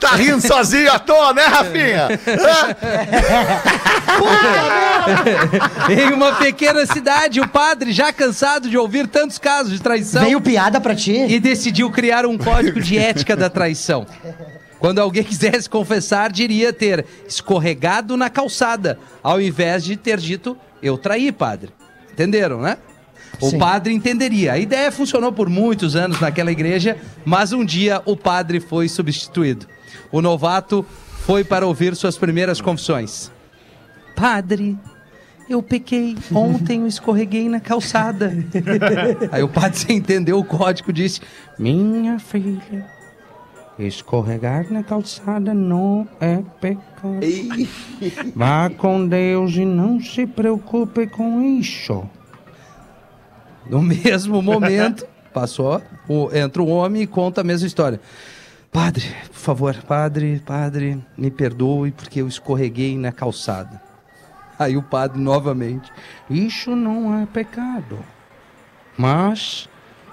Tá rindo sozinho à toa, né, Rafinha? Em uma pequena cidade, o padre, já cansado de ouvir tantos casos de Então- traição, Veio piada pra ti? e decidiu criar um código de ética da traição. Quando alguém quisesse confessar, diria ter escorregado na calçada, ao invés de ter dito eu traí, padre. Entenderam, né? O Sim. padre entenderia. A ideia funcionou por muitos anos naquela igreja, mas um dia o padre foi substituído. O novato foi para ouvir suas primeiras confissões. Padre, eu pequei. Ontem eu escorreguei na calçada. Aí o padre, sem entender o código, disse: Minha filha, escorregar na calçada não é pecado. Vá com Deus e não se preocupe com isso. No mesmo momento, passou, o- entra um homem e conta a mesma história. Padre, por favor, padre, padre, me perdoe porque eu escorreguei na calçada. Aí o padre novamente. Isso não é pecado. Mas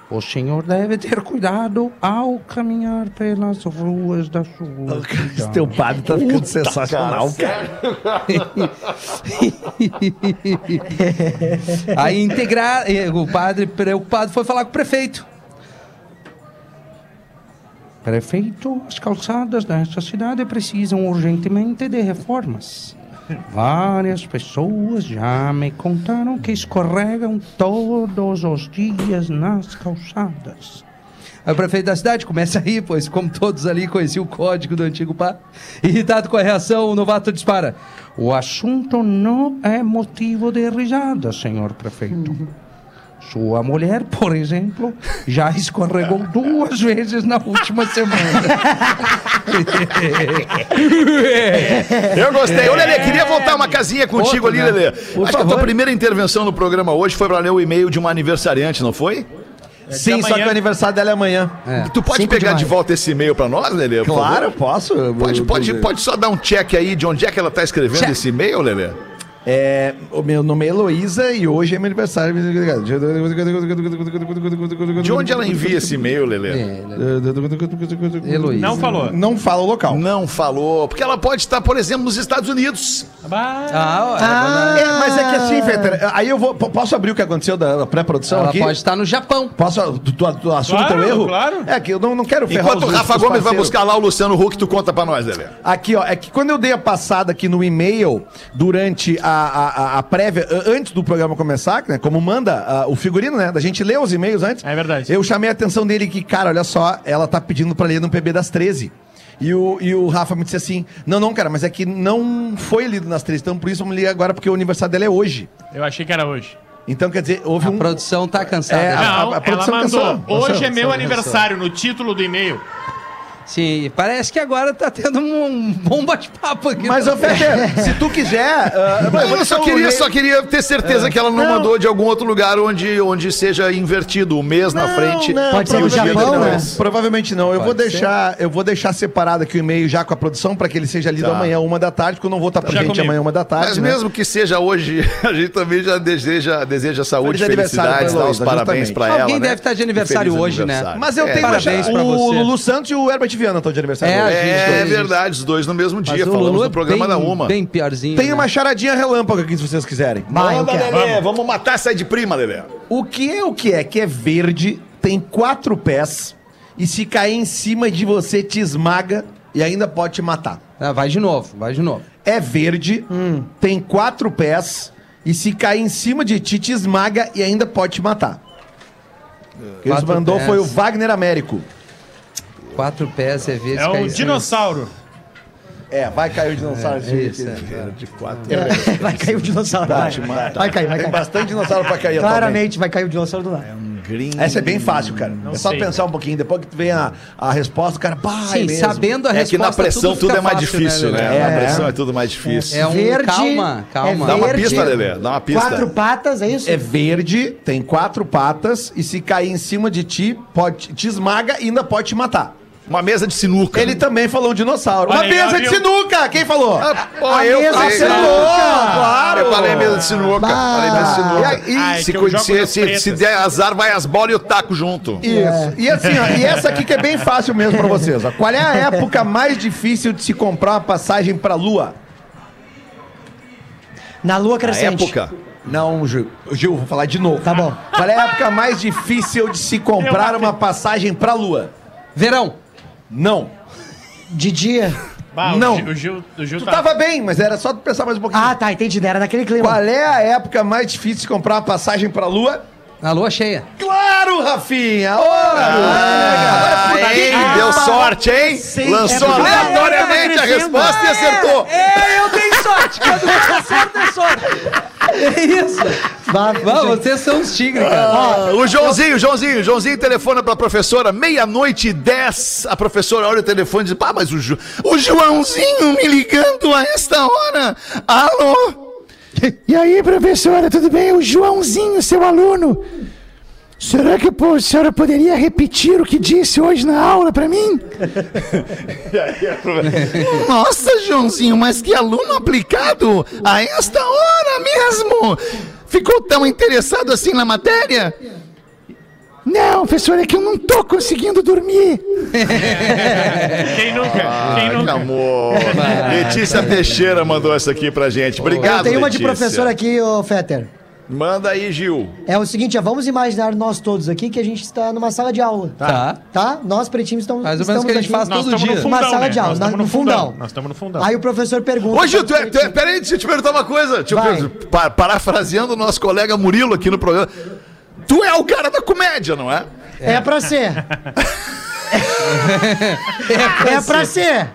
o senhor deve ter cuidado ao caminhar pelas ruas da sua cidade." Teu padre tá ficando sensacional, cara. Aí integrar, eh, o padre preocupado foi falar com o prefeito. Prefeito, as calçadas desta cidade precisam urgentemente de reformas. Várias pessoas já me contaram que escorregam todos os dias nas calçadas. Aí o prefeito da cidade começa a rir, pois, como todos ali, conhecia o código do antigo pá. Irritado com a reação, o novato dispara. O assunto não é motivo de risada, senhor prefeito. Sua mulher, por exemplo, já escorregou duas vezes na última semana. É. Eu gostei. Ô, Lelê, queria voltar uma casinha contigo né? ali, Lelê. Acho que a tua primeira intervenção no programa hoje foi pra ler o e-mail de uma aniversariante, não foi? Sim, amanhã. só que o aniversário dela é amanhã. Tu pode Cinco pegar de de maio. volta esse e-mail pra nós, Lelê? por Claro, eu favor? posso. Pode, pode, pode só dar um check aí de onde é que ela tá escrevendo Check. esse e-mail, Lelê? É, o meu nome é Heloísa e hoje é meu aniversário. De onde ela envia esse e-mail, Lelê? É. Heloísa. Não falou. Não fala o local. Não falou. Porque ela pode estar, por exemplo, nos Estados Unidos. Bah. Ah, É, mas é que assim, Fetter, aí eu vou. po- Posso abrir o que aconteceu da da pré-produção tá aqui? estar no Japão. Posso. Tu, tu, tu assume Claro, o teu erro? claro. É que eu não, não quero ferrar Enquanto o os- Rafa os Gomes vai parceiros. buscar lá o Luciano Huck, tu conta pra nós, Lelê. Aqui, ó, é que quando eu dei a passada aqui no e-mail, durante a, a, a- a prévia, a- antes do programa começar, né, como manda a- o figurino, né, da gente ler os e-mails antes. É verdade. Eu chamei a atenção dele que, cara, olha só, ela tá pedindo pra ler no PB das 13. E o, e o Rafa me disse assim: não, não, cara, mas é que não foi lido nas 13, então por isso vamos ler agora, porque o aniversário dela é hoje. Eu achei que era hoje. Então, quer dizer, houve A um. produção tá cansada. É, já. a- Não, a ela produção mandou. cansou. Hoje Cansou, é meu cansou. aniversário no título do e-mail. Sim, parece que agora tá tendo um bom bate-papo aqui. Mas, ô Fetter, se tu quiser. ah, Não, eu vou só dar um queria, re- só queria ter certeza que ela não, É. Não. mandou de algum outro lugar onde, onde seja invertido o mês na Não, frente. não, Pode ser e do o dia Japão, né? depois. é. Provavelmente não. Eu vou deixar, eu vou deixar separado aqui o e-mail já com a produção para que ele seja lido Tá. amanhã uma da tarde, porque eu não vou estar presente comigo. amanhã uma da tarde. Mas né? mesmo que seja hoje, a gente também já deseja, deseja saúde, Feliz aniversário felicidades, pra dá os Heloísa, parabéns justamente. pra ela. Alguém né? deve estar de aniversário Feliz hoje, né? aniversário. Mas eu É, tenho parabéns já- pra o você. Lulu Santos e o Herbert Viana estão de aniversário. É, hoje. a gente É dois. verdade, os dois no mesmo dia. Mas o Falamos Lulu é no programa bem, da Uma. Bem piorzinho. Tem né? uma charadinha relâmpago aqui, se vocês quiserem. Vai, eu Manda, quero. Lelê, vamos matar essa aí de prima, Lelê. O que é o que é? Que é verde, tem quatro pés e se cair em cima de você te esmaga e ainda pode te matar. Ah, vai de novo, vai de novo. É verde, tem quatro pés e se cair em cima de ti te esmaga e ainda pode te matar. Quem nos Quatro mandou pés. foi o Wagner Américo. Quatro pés, é vezes. É um dinossauro. É, vai cair o dinossauro. É isso, é. De quatro. Vai cair o dinossauro. Vai, vai cair, vai Tem cair. bastante dinossauro pra cair atualmente. Claramente vai cair o dinossauro do nada. Essa é bem fácil, cara. é só sei, pensar um pouquinho. Depois que tu vem a, a resposta, o cara, pá, é Sim, mesmo. sabendo a É resposta. que na pressão tudo, fica é mais fácil, difícil, né? Lelê? É. Na pressão é tudo mais difícil. É um. Verde, calma, calma. é Dá uma verde. pista, Lelê. Dá uma pista. Quatro patas, é isso? É verde, tem quatro patas e se cair em cima de ti, pode, te esmaga e ainda pode te matar. Uma mesa de sinuca. Ele também falou um dinossauro. Olha Uma aí, mesa ó, de viu? sinuca! Quem falou? Ah, Pô, A eu mesa falei, de sinuca, claro. Eu falei mesa de sinuca. Bah. Falei mesa de sinuca. E aí, Ah, é se, que eu co- jogo se, nas se, pretas. se der azar, vai as bolas e o taco junto. Isso. E assim, ó, e essa aqui que é bem fácil mesmo pra vocês. ó. Qual é a época mais difícil de se comprar uma passagem pra Lua? Na lua Na crescente. época. Não, Gil. Gil, vou falar de novo. Tá bom. Qual é a época mais difícil de se comprar uma passagem pra Lua? Verão. Não. De dia. Bah, o Não. Gil- O Gil, o Gil Tu tá- tava bem, mas era só tu pensar mais um pouquinho. Ah, tá, entendi. Era naquele clima. Qual é a época mais difícil de comprar uma passagem pra Lua? Na lua cheia. Claro, Rafinha! Ora! Ah, hein? Deu sorte, hein? Lançou É porque- aleatoriamente a resposta e acertou. É, eu tenho sorte. Quando você acerta, é sorte. É isso. Vá- Vamos, gente. vocês são os tigres, cara. Ah, O Joãozinho, Joãozinho, Joãozinho telefona pra professora, meia-noite e dez. A professora olha o telefone e diz: Pá, mas o, Jo- o Joãozinho me ligando a esta hora. Alô? E aí, professora, tudo bem? O Joãozinho, seu aluno. Será que pô, a senhora poderia repetir o que disse hoje na aula pra mim? Nossa, Joãozinho, mas que aluno aplicado a esta hora mesmo! Ficou tão interessado assim na matéria? Não, professora, é que eu não tô conseguindo dormir. Quem nunca? Quem Ah, que nunca? amor! Letícia Teixeira mandou essa aqui pra gente. Obrigado, Eu tenho uma de Letícia. professor aqui, ô Fetter. Manda aí, Gil. É o seguinte, ó, vamos imaginar nós todos aqui que a gente está numa sala de aula. Tá. Tá? Nós, pretinhos, estamos Mais ou menos estamos que a gente aqui- faz Nós todo estamos dia. no fundão, Uma sala né? de aula, Nós na- estamos no no fundão. fundão. Ah, Nós estamos no fundão. Aí o professor pergunta... Ô, Gil, tu é, tu é- peraí, deixa eu te perguntar uma coisa. Deixa eu Vai. per- pa- parafraseando o nosso colega Murilo aqui no programa. Tu é o cara da comédia, não é? É pra ser. é pra ser.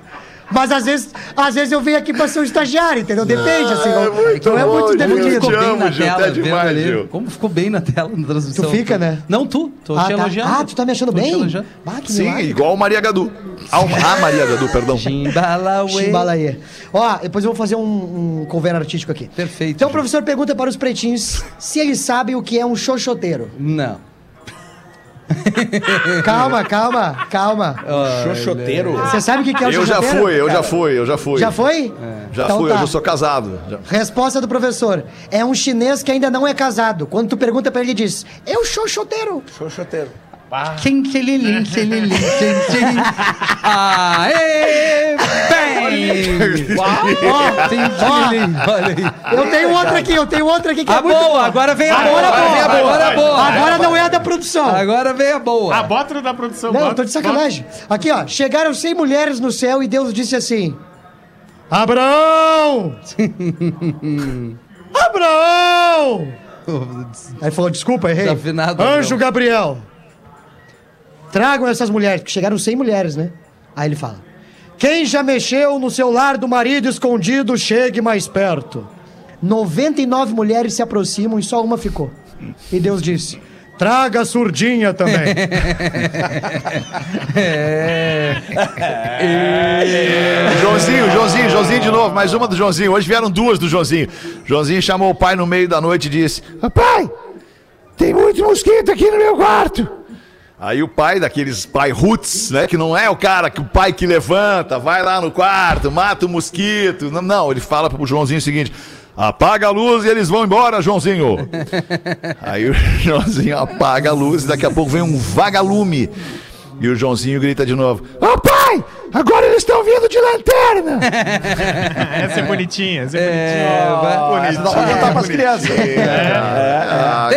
Mas às vezes, às vezes eu venho aqui pra ser um estagiário, entendeu? Depende, assim. Ah, Não, não é muito bom, definido. Gil, eu te amo, Gil, tá vendo demais, ali. Gil. Como ficou bem na tela, na transmissão. Tu fica, né? Não, tu. Tô Ah, te tá. elogiando. Ah, tu tá me achando Tô te bem? elogiando. Ah, que Sim, milagre. igual a Maria Gadu. Ah, Ao- A Maria Gadu, perdão. Chimbalauê. Chimbalaê. Ó, depois eu vou fazer um, um cover artístico aqui. Perfeito. Então o professor pergunta para os pretinhos se eles sabem o que é um xoxoteiro. Não. Calma, calma, calma. Ah, Xoxoteiro? Você sabe o que que é o Eu já xoxoteiro? fui, eu já fui, eu já fui. Já foi? É. Já Então fui, tá. hoje eu sou casado. Já- Resposta do professor. É um chinês que ainda não é casado. Quando tu pergunta pra ele, ele diz: Eu xoxoteiro. Xoxoteiro. Tchim, tchililim, tchililim, tchim, tchim. Aê, bem! Uau! Ó, tchim, tchililim. Olha aí. Eu tenho outra aqui, eu tenho outra aqui que A Tá é muito é Ah, boa, agora vem a boa. Agora Agora vem a boa. boa. Agora a boa. Agora não é a da produção. Agora vem a Ah, boa. bota no da produção. Não, bota, eu tô de bota. sacanagem. Aqui, ó. Chegaram 100 mulheres no céu e Deus disse assim: Abraão! Abraão! Aí falou: Desculpa, errei. Desafinado, Anjo Abraão. Gabriel, tragam essas mulheres, porque chegaram 100 mulheres, né? Aí ele fala: Quem já mexeu no celular do marido escondido, chegue mais perto. 99 mulheres se aproximam e só uma ficou. E Deus disse: Traga a surdinha também. Joãozinho, Joãozinho, Joãozinho de novo, mais uma do Joãozinho. Hoje vieram duas do Joãozinho. Joãozinho chamou o pai no meio da noite e disse: Papai, tem muito mosquito aqui no meu quarto. Aí o pai daqueles pai roots, né? Que não é o cara que o pai que levanta, vai lá no quarto, mata o mosquito. Não, não, ele fala pro Joãozinho o seguinte: apaga a luz e eles vão embora, Joãozinho. Aí o Joãozinho apaga a luz e daqui a pouco vem um vagalume. E o Joãozinho grita de novo: Ô pai, agora eles estão vindo de lanterna. Essa é bonitinha, essa é, É, vai- bonitinha. Dá pra contar pras crianças. Ah, Tem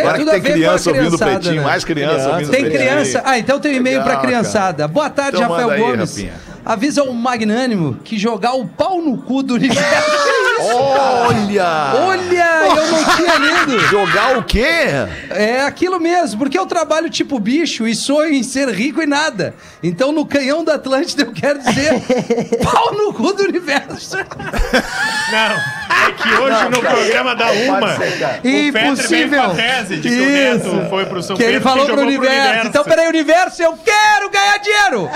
É, agora que tudo tem a ver com a criança ouvindo o criançada, pretinho, né? mais criança, ouvindo o Tem pretinho. criança? Ah, então tem um e-mail Legal, pra criançada. Boa tarde, Então Rafael manda aí, Gomes. Rafinha. Avisa o magnânimo que jogar o pau no cu do Universidade. Olha! Olha, eu não tinha lido. Jogar o quê? É aquilo mesmo, porque eu trabalho tipo bicho e sonho em ser rico e nada. Então no canhão da Atlântida eu quero dizer pau no cu do universo. Não, é que hoje no programa da Uma, o Petre veio com Impossível. a tese de que o Neto foi pro São que Pedro ele falou e pro jogou universo. Então, peraí, universo, eu quero ganhar dinheiro!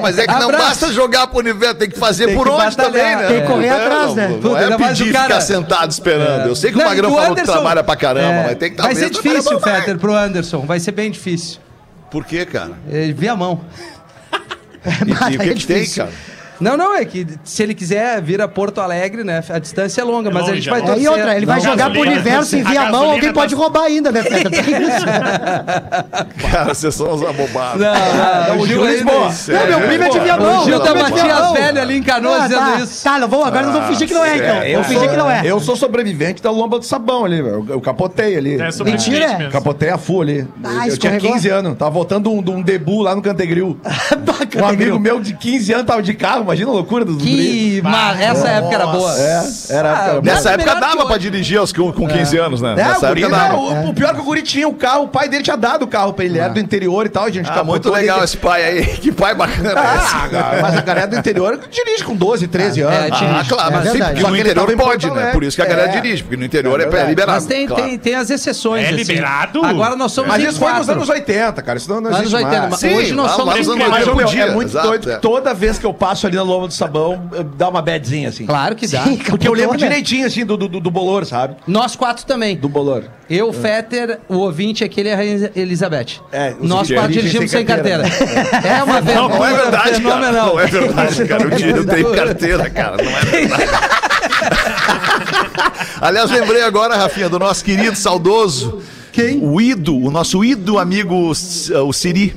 mas é que não Abraço. basta jogar pro universo, tem que fazer Tem por que onde batalhar. também, né? Tem que correr Não, atrás, não, né? Não Puta, é ainda mais pedir o cara- ficar sentado esperando. Eu sei que o Não, Magrão e falou Anderson- que trabalha pra caramba, É, mas tem que tá Vai talvez ser trabalhar difícil, pra Fetter, pro Anderson. Vai ser bem difícil. mais. Por quê, cara? Ele vê a mão. E, e o que, é que tem, difícil. cara? Não, não, é que se ele quiser vir a Porto Alegre, né? A distância é longa, mas a longe, gente é vai longe. É, torcer. e outra, ele vai Não, jogar pro gasolina- universo e a via a mão, gasolina alguém tá- pode roubar ainda, né, Feta? Tem isso. Cara, vocês são uns abobados. Não, não, Ah, o Gil ainda... Não, meu primo é de via mão. O Gil meu tá primo é de via Matias mão. Velho ali em Canoas Ah, dizendo tá. isso. Tá, não vou, agora não vou fingir que não é, então. Eu vou fingir que não é. Eu sou sobrevivente da lomba do sabão ali, velho. Eu capotei ali. É sobre Mentira, skate é? mesmo. Capotei a full ali. Ah, eu tinha escorregou? 15 anos. Tava voltando de um, de um debut lá no Cantegril. Bacana, Um amigo viu? meu de 15 anos tava de carro. Imagina a loucura dos guris. Que... Mas essa época era boa. É, era. Ah, era Nessa Mas época melhor que dava hoje. pra dirigir aos com, com 15 anos, né? É, Nessa o, guri, época não, dava. o, o pior é que o guri tinha o carro, o pai dele tinha dado o carro pra ele, era do interior e tal, a gente Ah, muito legal esse pai aí. Que pai bacana esse. Ah, cara, mas a galera do interior dirige com 12, 13 anos. é, Ah, claro, mas sim, verdade. porque Só no que ele tava interior em Porto pode, né? Alegre. Por isso que a galera É. dirige, porque no interior É é, verdade. liberado. Mas tem, claro. tem, tem as exceções. É assim. liberado? Agora nós somos É. Mas em isso foi nos quatro. anos 80, cara. Isso não, não Anos existe 80, mais. mas Sim, hoje nós lá- somos lá um nos em Mas, anos Mas, meu, eu podia, é muito exato, doido. é. Toda vez que eu passo ali na Loma do Sabão, eh, dá uma badzinha, assim. Claro que dá. Porque eu lembro Toda. direitinho, assim, do, do, do bolor, sabe? Nós quatro também. Do bolor. Eu, o Fetter, o ouvinte aquele é a Rainha Elizabeth. É, o Nós seguinte, dirigem quatro dirigimos sem sem carteira. carteira. É, uma Não, não é aventura verdade, cara. fenomenal. Não é verdade, cara. Eu, te- eu tenho carteira, cara. Não é verdade. Aliás, lembrei agora, Rafinha, do nosso querido, saudoso. Quem? O Ido, o nosso Ido amigo, S- o Siri.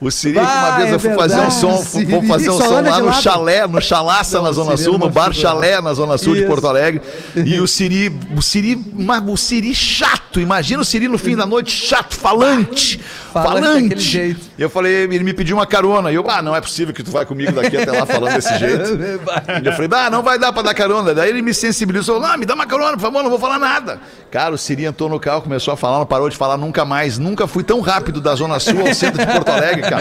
O Siri, que uma Ah, vez é eu fui fazer um verdade, som, fui- fui fazer um Só som anda lá de no lado. chalé, no chalaça na Zona é Sul, no bar chalé na Zona Sul de Porto Alegre. E o Siri, o Siri, mas o Siri chato, imagina o Siri no fim da noite, chato, falante. Falante Falante. daquele jeito. E eu falei, ele me pediu uma carona. E eu, ah, não é possível que tu vai comigo daqui até lá falando desse jeito. E eu falei, ah, não vai dar pra dar carona. Daí ele me sensibilizou, não, me dá uma carona, por favor, não vou falar nada. Cara, o Siri entrou no carro, começou a falar, não parou de falar nunca mais. Nunca fui tão rápido da Zona Sul ao centro de Porto Alegre, cara.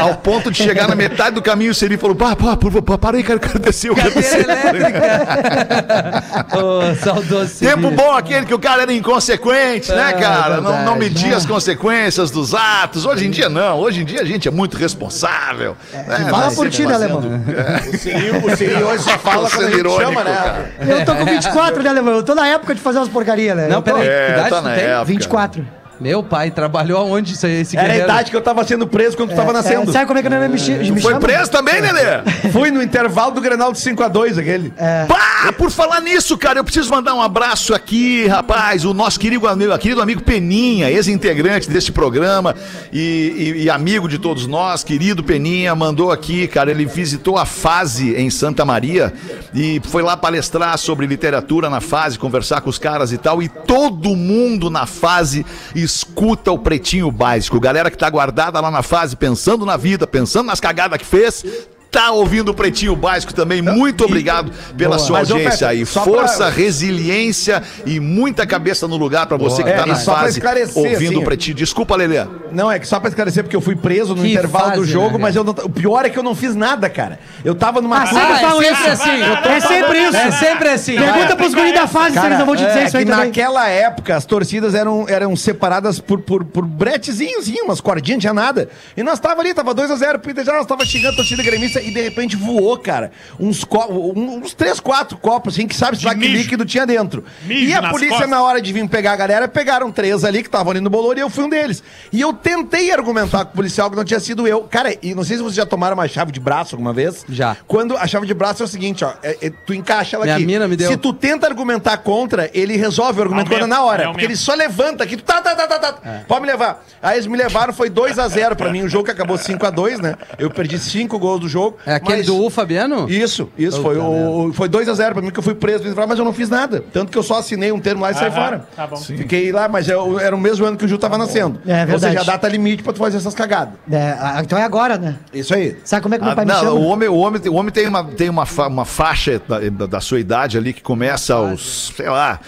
Ao ponto de chegar na metade do caminho, o Siri falou, pá, pá, por favor, para aí, cara, eu quero descer, eu quero Cadeira descer. elétrica. Ô, saudoso Siri. Tempo bom aquele que o cara era inconsequente, né, É, cara? Não, não verdade. media as consequências dos atos. Hoje em dia, não. Hoje em dia, a gente é muito responsável. né? Fala Nós por ti, né, sempre Alemão? O Siri, o Siri hoje só fala Tô quando a sendo gente irônico, chama, né? cara. Eu tô com 24, né, Alemão? Eu tô na época de fazer umas porcarias, né? Não, Eu tô- peraí, É, que idade tá tu na tem? época. 24. Meu pai trabalhou aonde isso aí, esse Era É a guerreiro? idade que eu tava sendo preso quando tu tava nascendo. É, sabe como é que eu não me, chi- me Tá Foi chamo? preso também, Lelê? Fui no intervalo do Grenal de 5x2, aquele. Pá, por falar nisso, cara, eu preciso mandar um abraço aqui, rapaz, o nosso querido amigo, querido amigo Peninha, ex-integrante deste programa e, e- e amigo de todos nós, querido Peninha, mandou aqui, cara, ele visitou a Fase em Santa Maria e foi lá palestrar sobre literatura na Fase, conversar com os caras e tal, e todo mundo na Fase escuta o Pretinho Básico. Galera que tá guardada lá na Fase, pensando na vida, pensando nas cagadas que fez, tá ouvindo o Pretinho Básico também. Muito obrigado pela sua Mas, ô, audiência Pepe, aí. só Força, pra- resiliência e muita cabeça no lugar pra você que É, tá e na só pra fase esclarecer, ouvindo assim, o Pretinho. Desculpa, Lelê. Não, é que só pra esclarecer, porque eu fui preso no Que intervalo fase, do jogo, né, mas eu não- o pior é que eu não fiz nada, cara. Eu tava numa. Ah, sempre Ah, um falam é isso. sempre assim. Eu tô É sempre isso. É sempre assim. Pergunta pros guris da fase se Cara, eles não vão te dizer é isso aí que também. Naquela época, as torcidas eram, eram separadas por, por, por bretezinhos, umas cordinhas, não tinha nada. E nós tava ali, tava 2x0, Peter já nós tava xingando a torcida gremista e de repente voou, cara. Uns, co- um- uns três, quatro copos, assim, que sabe se lá que mijo. líquido tinha dentro. Mijo e a nas polícia, costas. na hora de vir pegar a galera, pegaram três ali que estavam ali no bolor e eu fui um deles. E eu tentei argumentar com o policial que não tinha sido eu. Cara, e não sei se vocês já tomaram uma chave de braço alguma vez. Já. Quando a chave de braço é o seguinte, ó, é- é- tu encaixa ela Minha aqui. mina me deu. Se tu tenta argumentar contra, ele resolve o argumento Aumenta, contra é, na hora. aumenta. Porque ele só levanta aqui. Tá, tá, tá, tá, tá. É. Pode me levar. Aí eles me levaram, foi 2x0 pra mim. O jogo que acabou 5x2, né? Eu perdi 5 gols do jogo. É aquele mas- do U, Fabiano? Isso, isso. foi o, foi 2x0 pra mim que eu fui preso. Mas eu não fiz nada. Tanto que eu só assinei um termo lá e saí Aham, fora. tá bom. Sim. Fiquei lá, mas eu- era o mesmo ano que o Ju Tá tava nascendo. É, Ou verdade. seja, a data limite pra tu fazer essas cagadas. É, ah, então é agora, né? Isso aí. Sabe como é que meu tá Ah, pai me não, chama? o homem, o homem, o homem tem, uma, tem uma, fa- uma faixa da, da- da sua idade ali que começa aos, sei lá.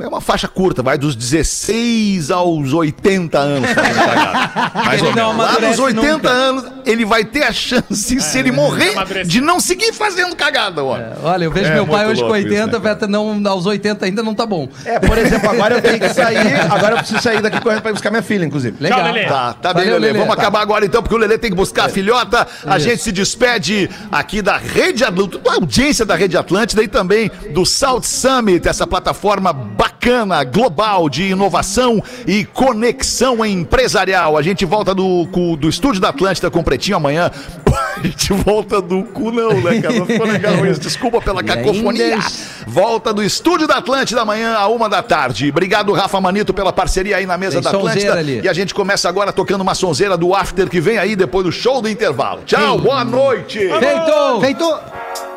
É uma faixa curta, vai dos 16 aos 80 anos. pra ele pagar. Mais ou Ele menos. não Lá nos amadurece 80 nunca. anos, ele vai ter a chance, se ele morrer, amadurece. de não seguir fazendo cagada, ó. Olha, eu vejo É meu pai muito hoje com louco isso, 80, né, cara? vai até não, aos 80 ainda não tá bom. É, por exemplo, agora eu tenho que sair. Agora eu preciso sair daqui correndo pra ir buscar minha filha, inclusive. Legal. Lelê. Tá, tá bem, Valeu, Lelê. Lelê. Vamos Tá. É. acabar agora então, porque o Lelê tem que buscar a filhota. A gente se despede aqui da Rede Atlântida, da audiência da Rede Atlântida e também do South Summit, essa plataforma bacana, global de inovação e conexão empresarial. A gente volta do, cu- do estúdio da Atlântida com o Pretinho amanhã. A gente volta do cu, não, né, cara? Não ficou legal isso. Desculpa pela cacofonia. Volta do estúdio da Atlântida amanhã, à uma da tarde. Obrigado, Rafa Manito, pela parceria aí na mesa Tem da sonzeira Atlântida. ali. E a gente começa agora tocando uma sonzeira do After que vem aí depois do show do intervalo. Tchau, boa noite! Feito! Feito!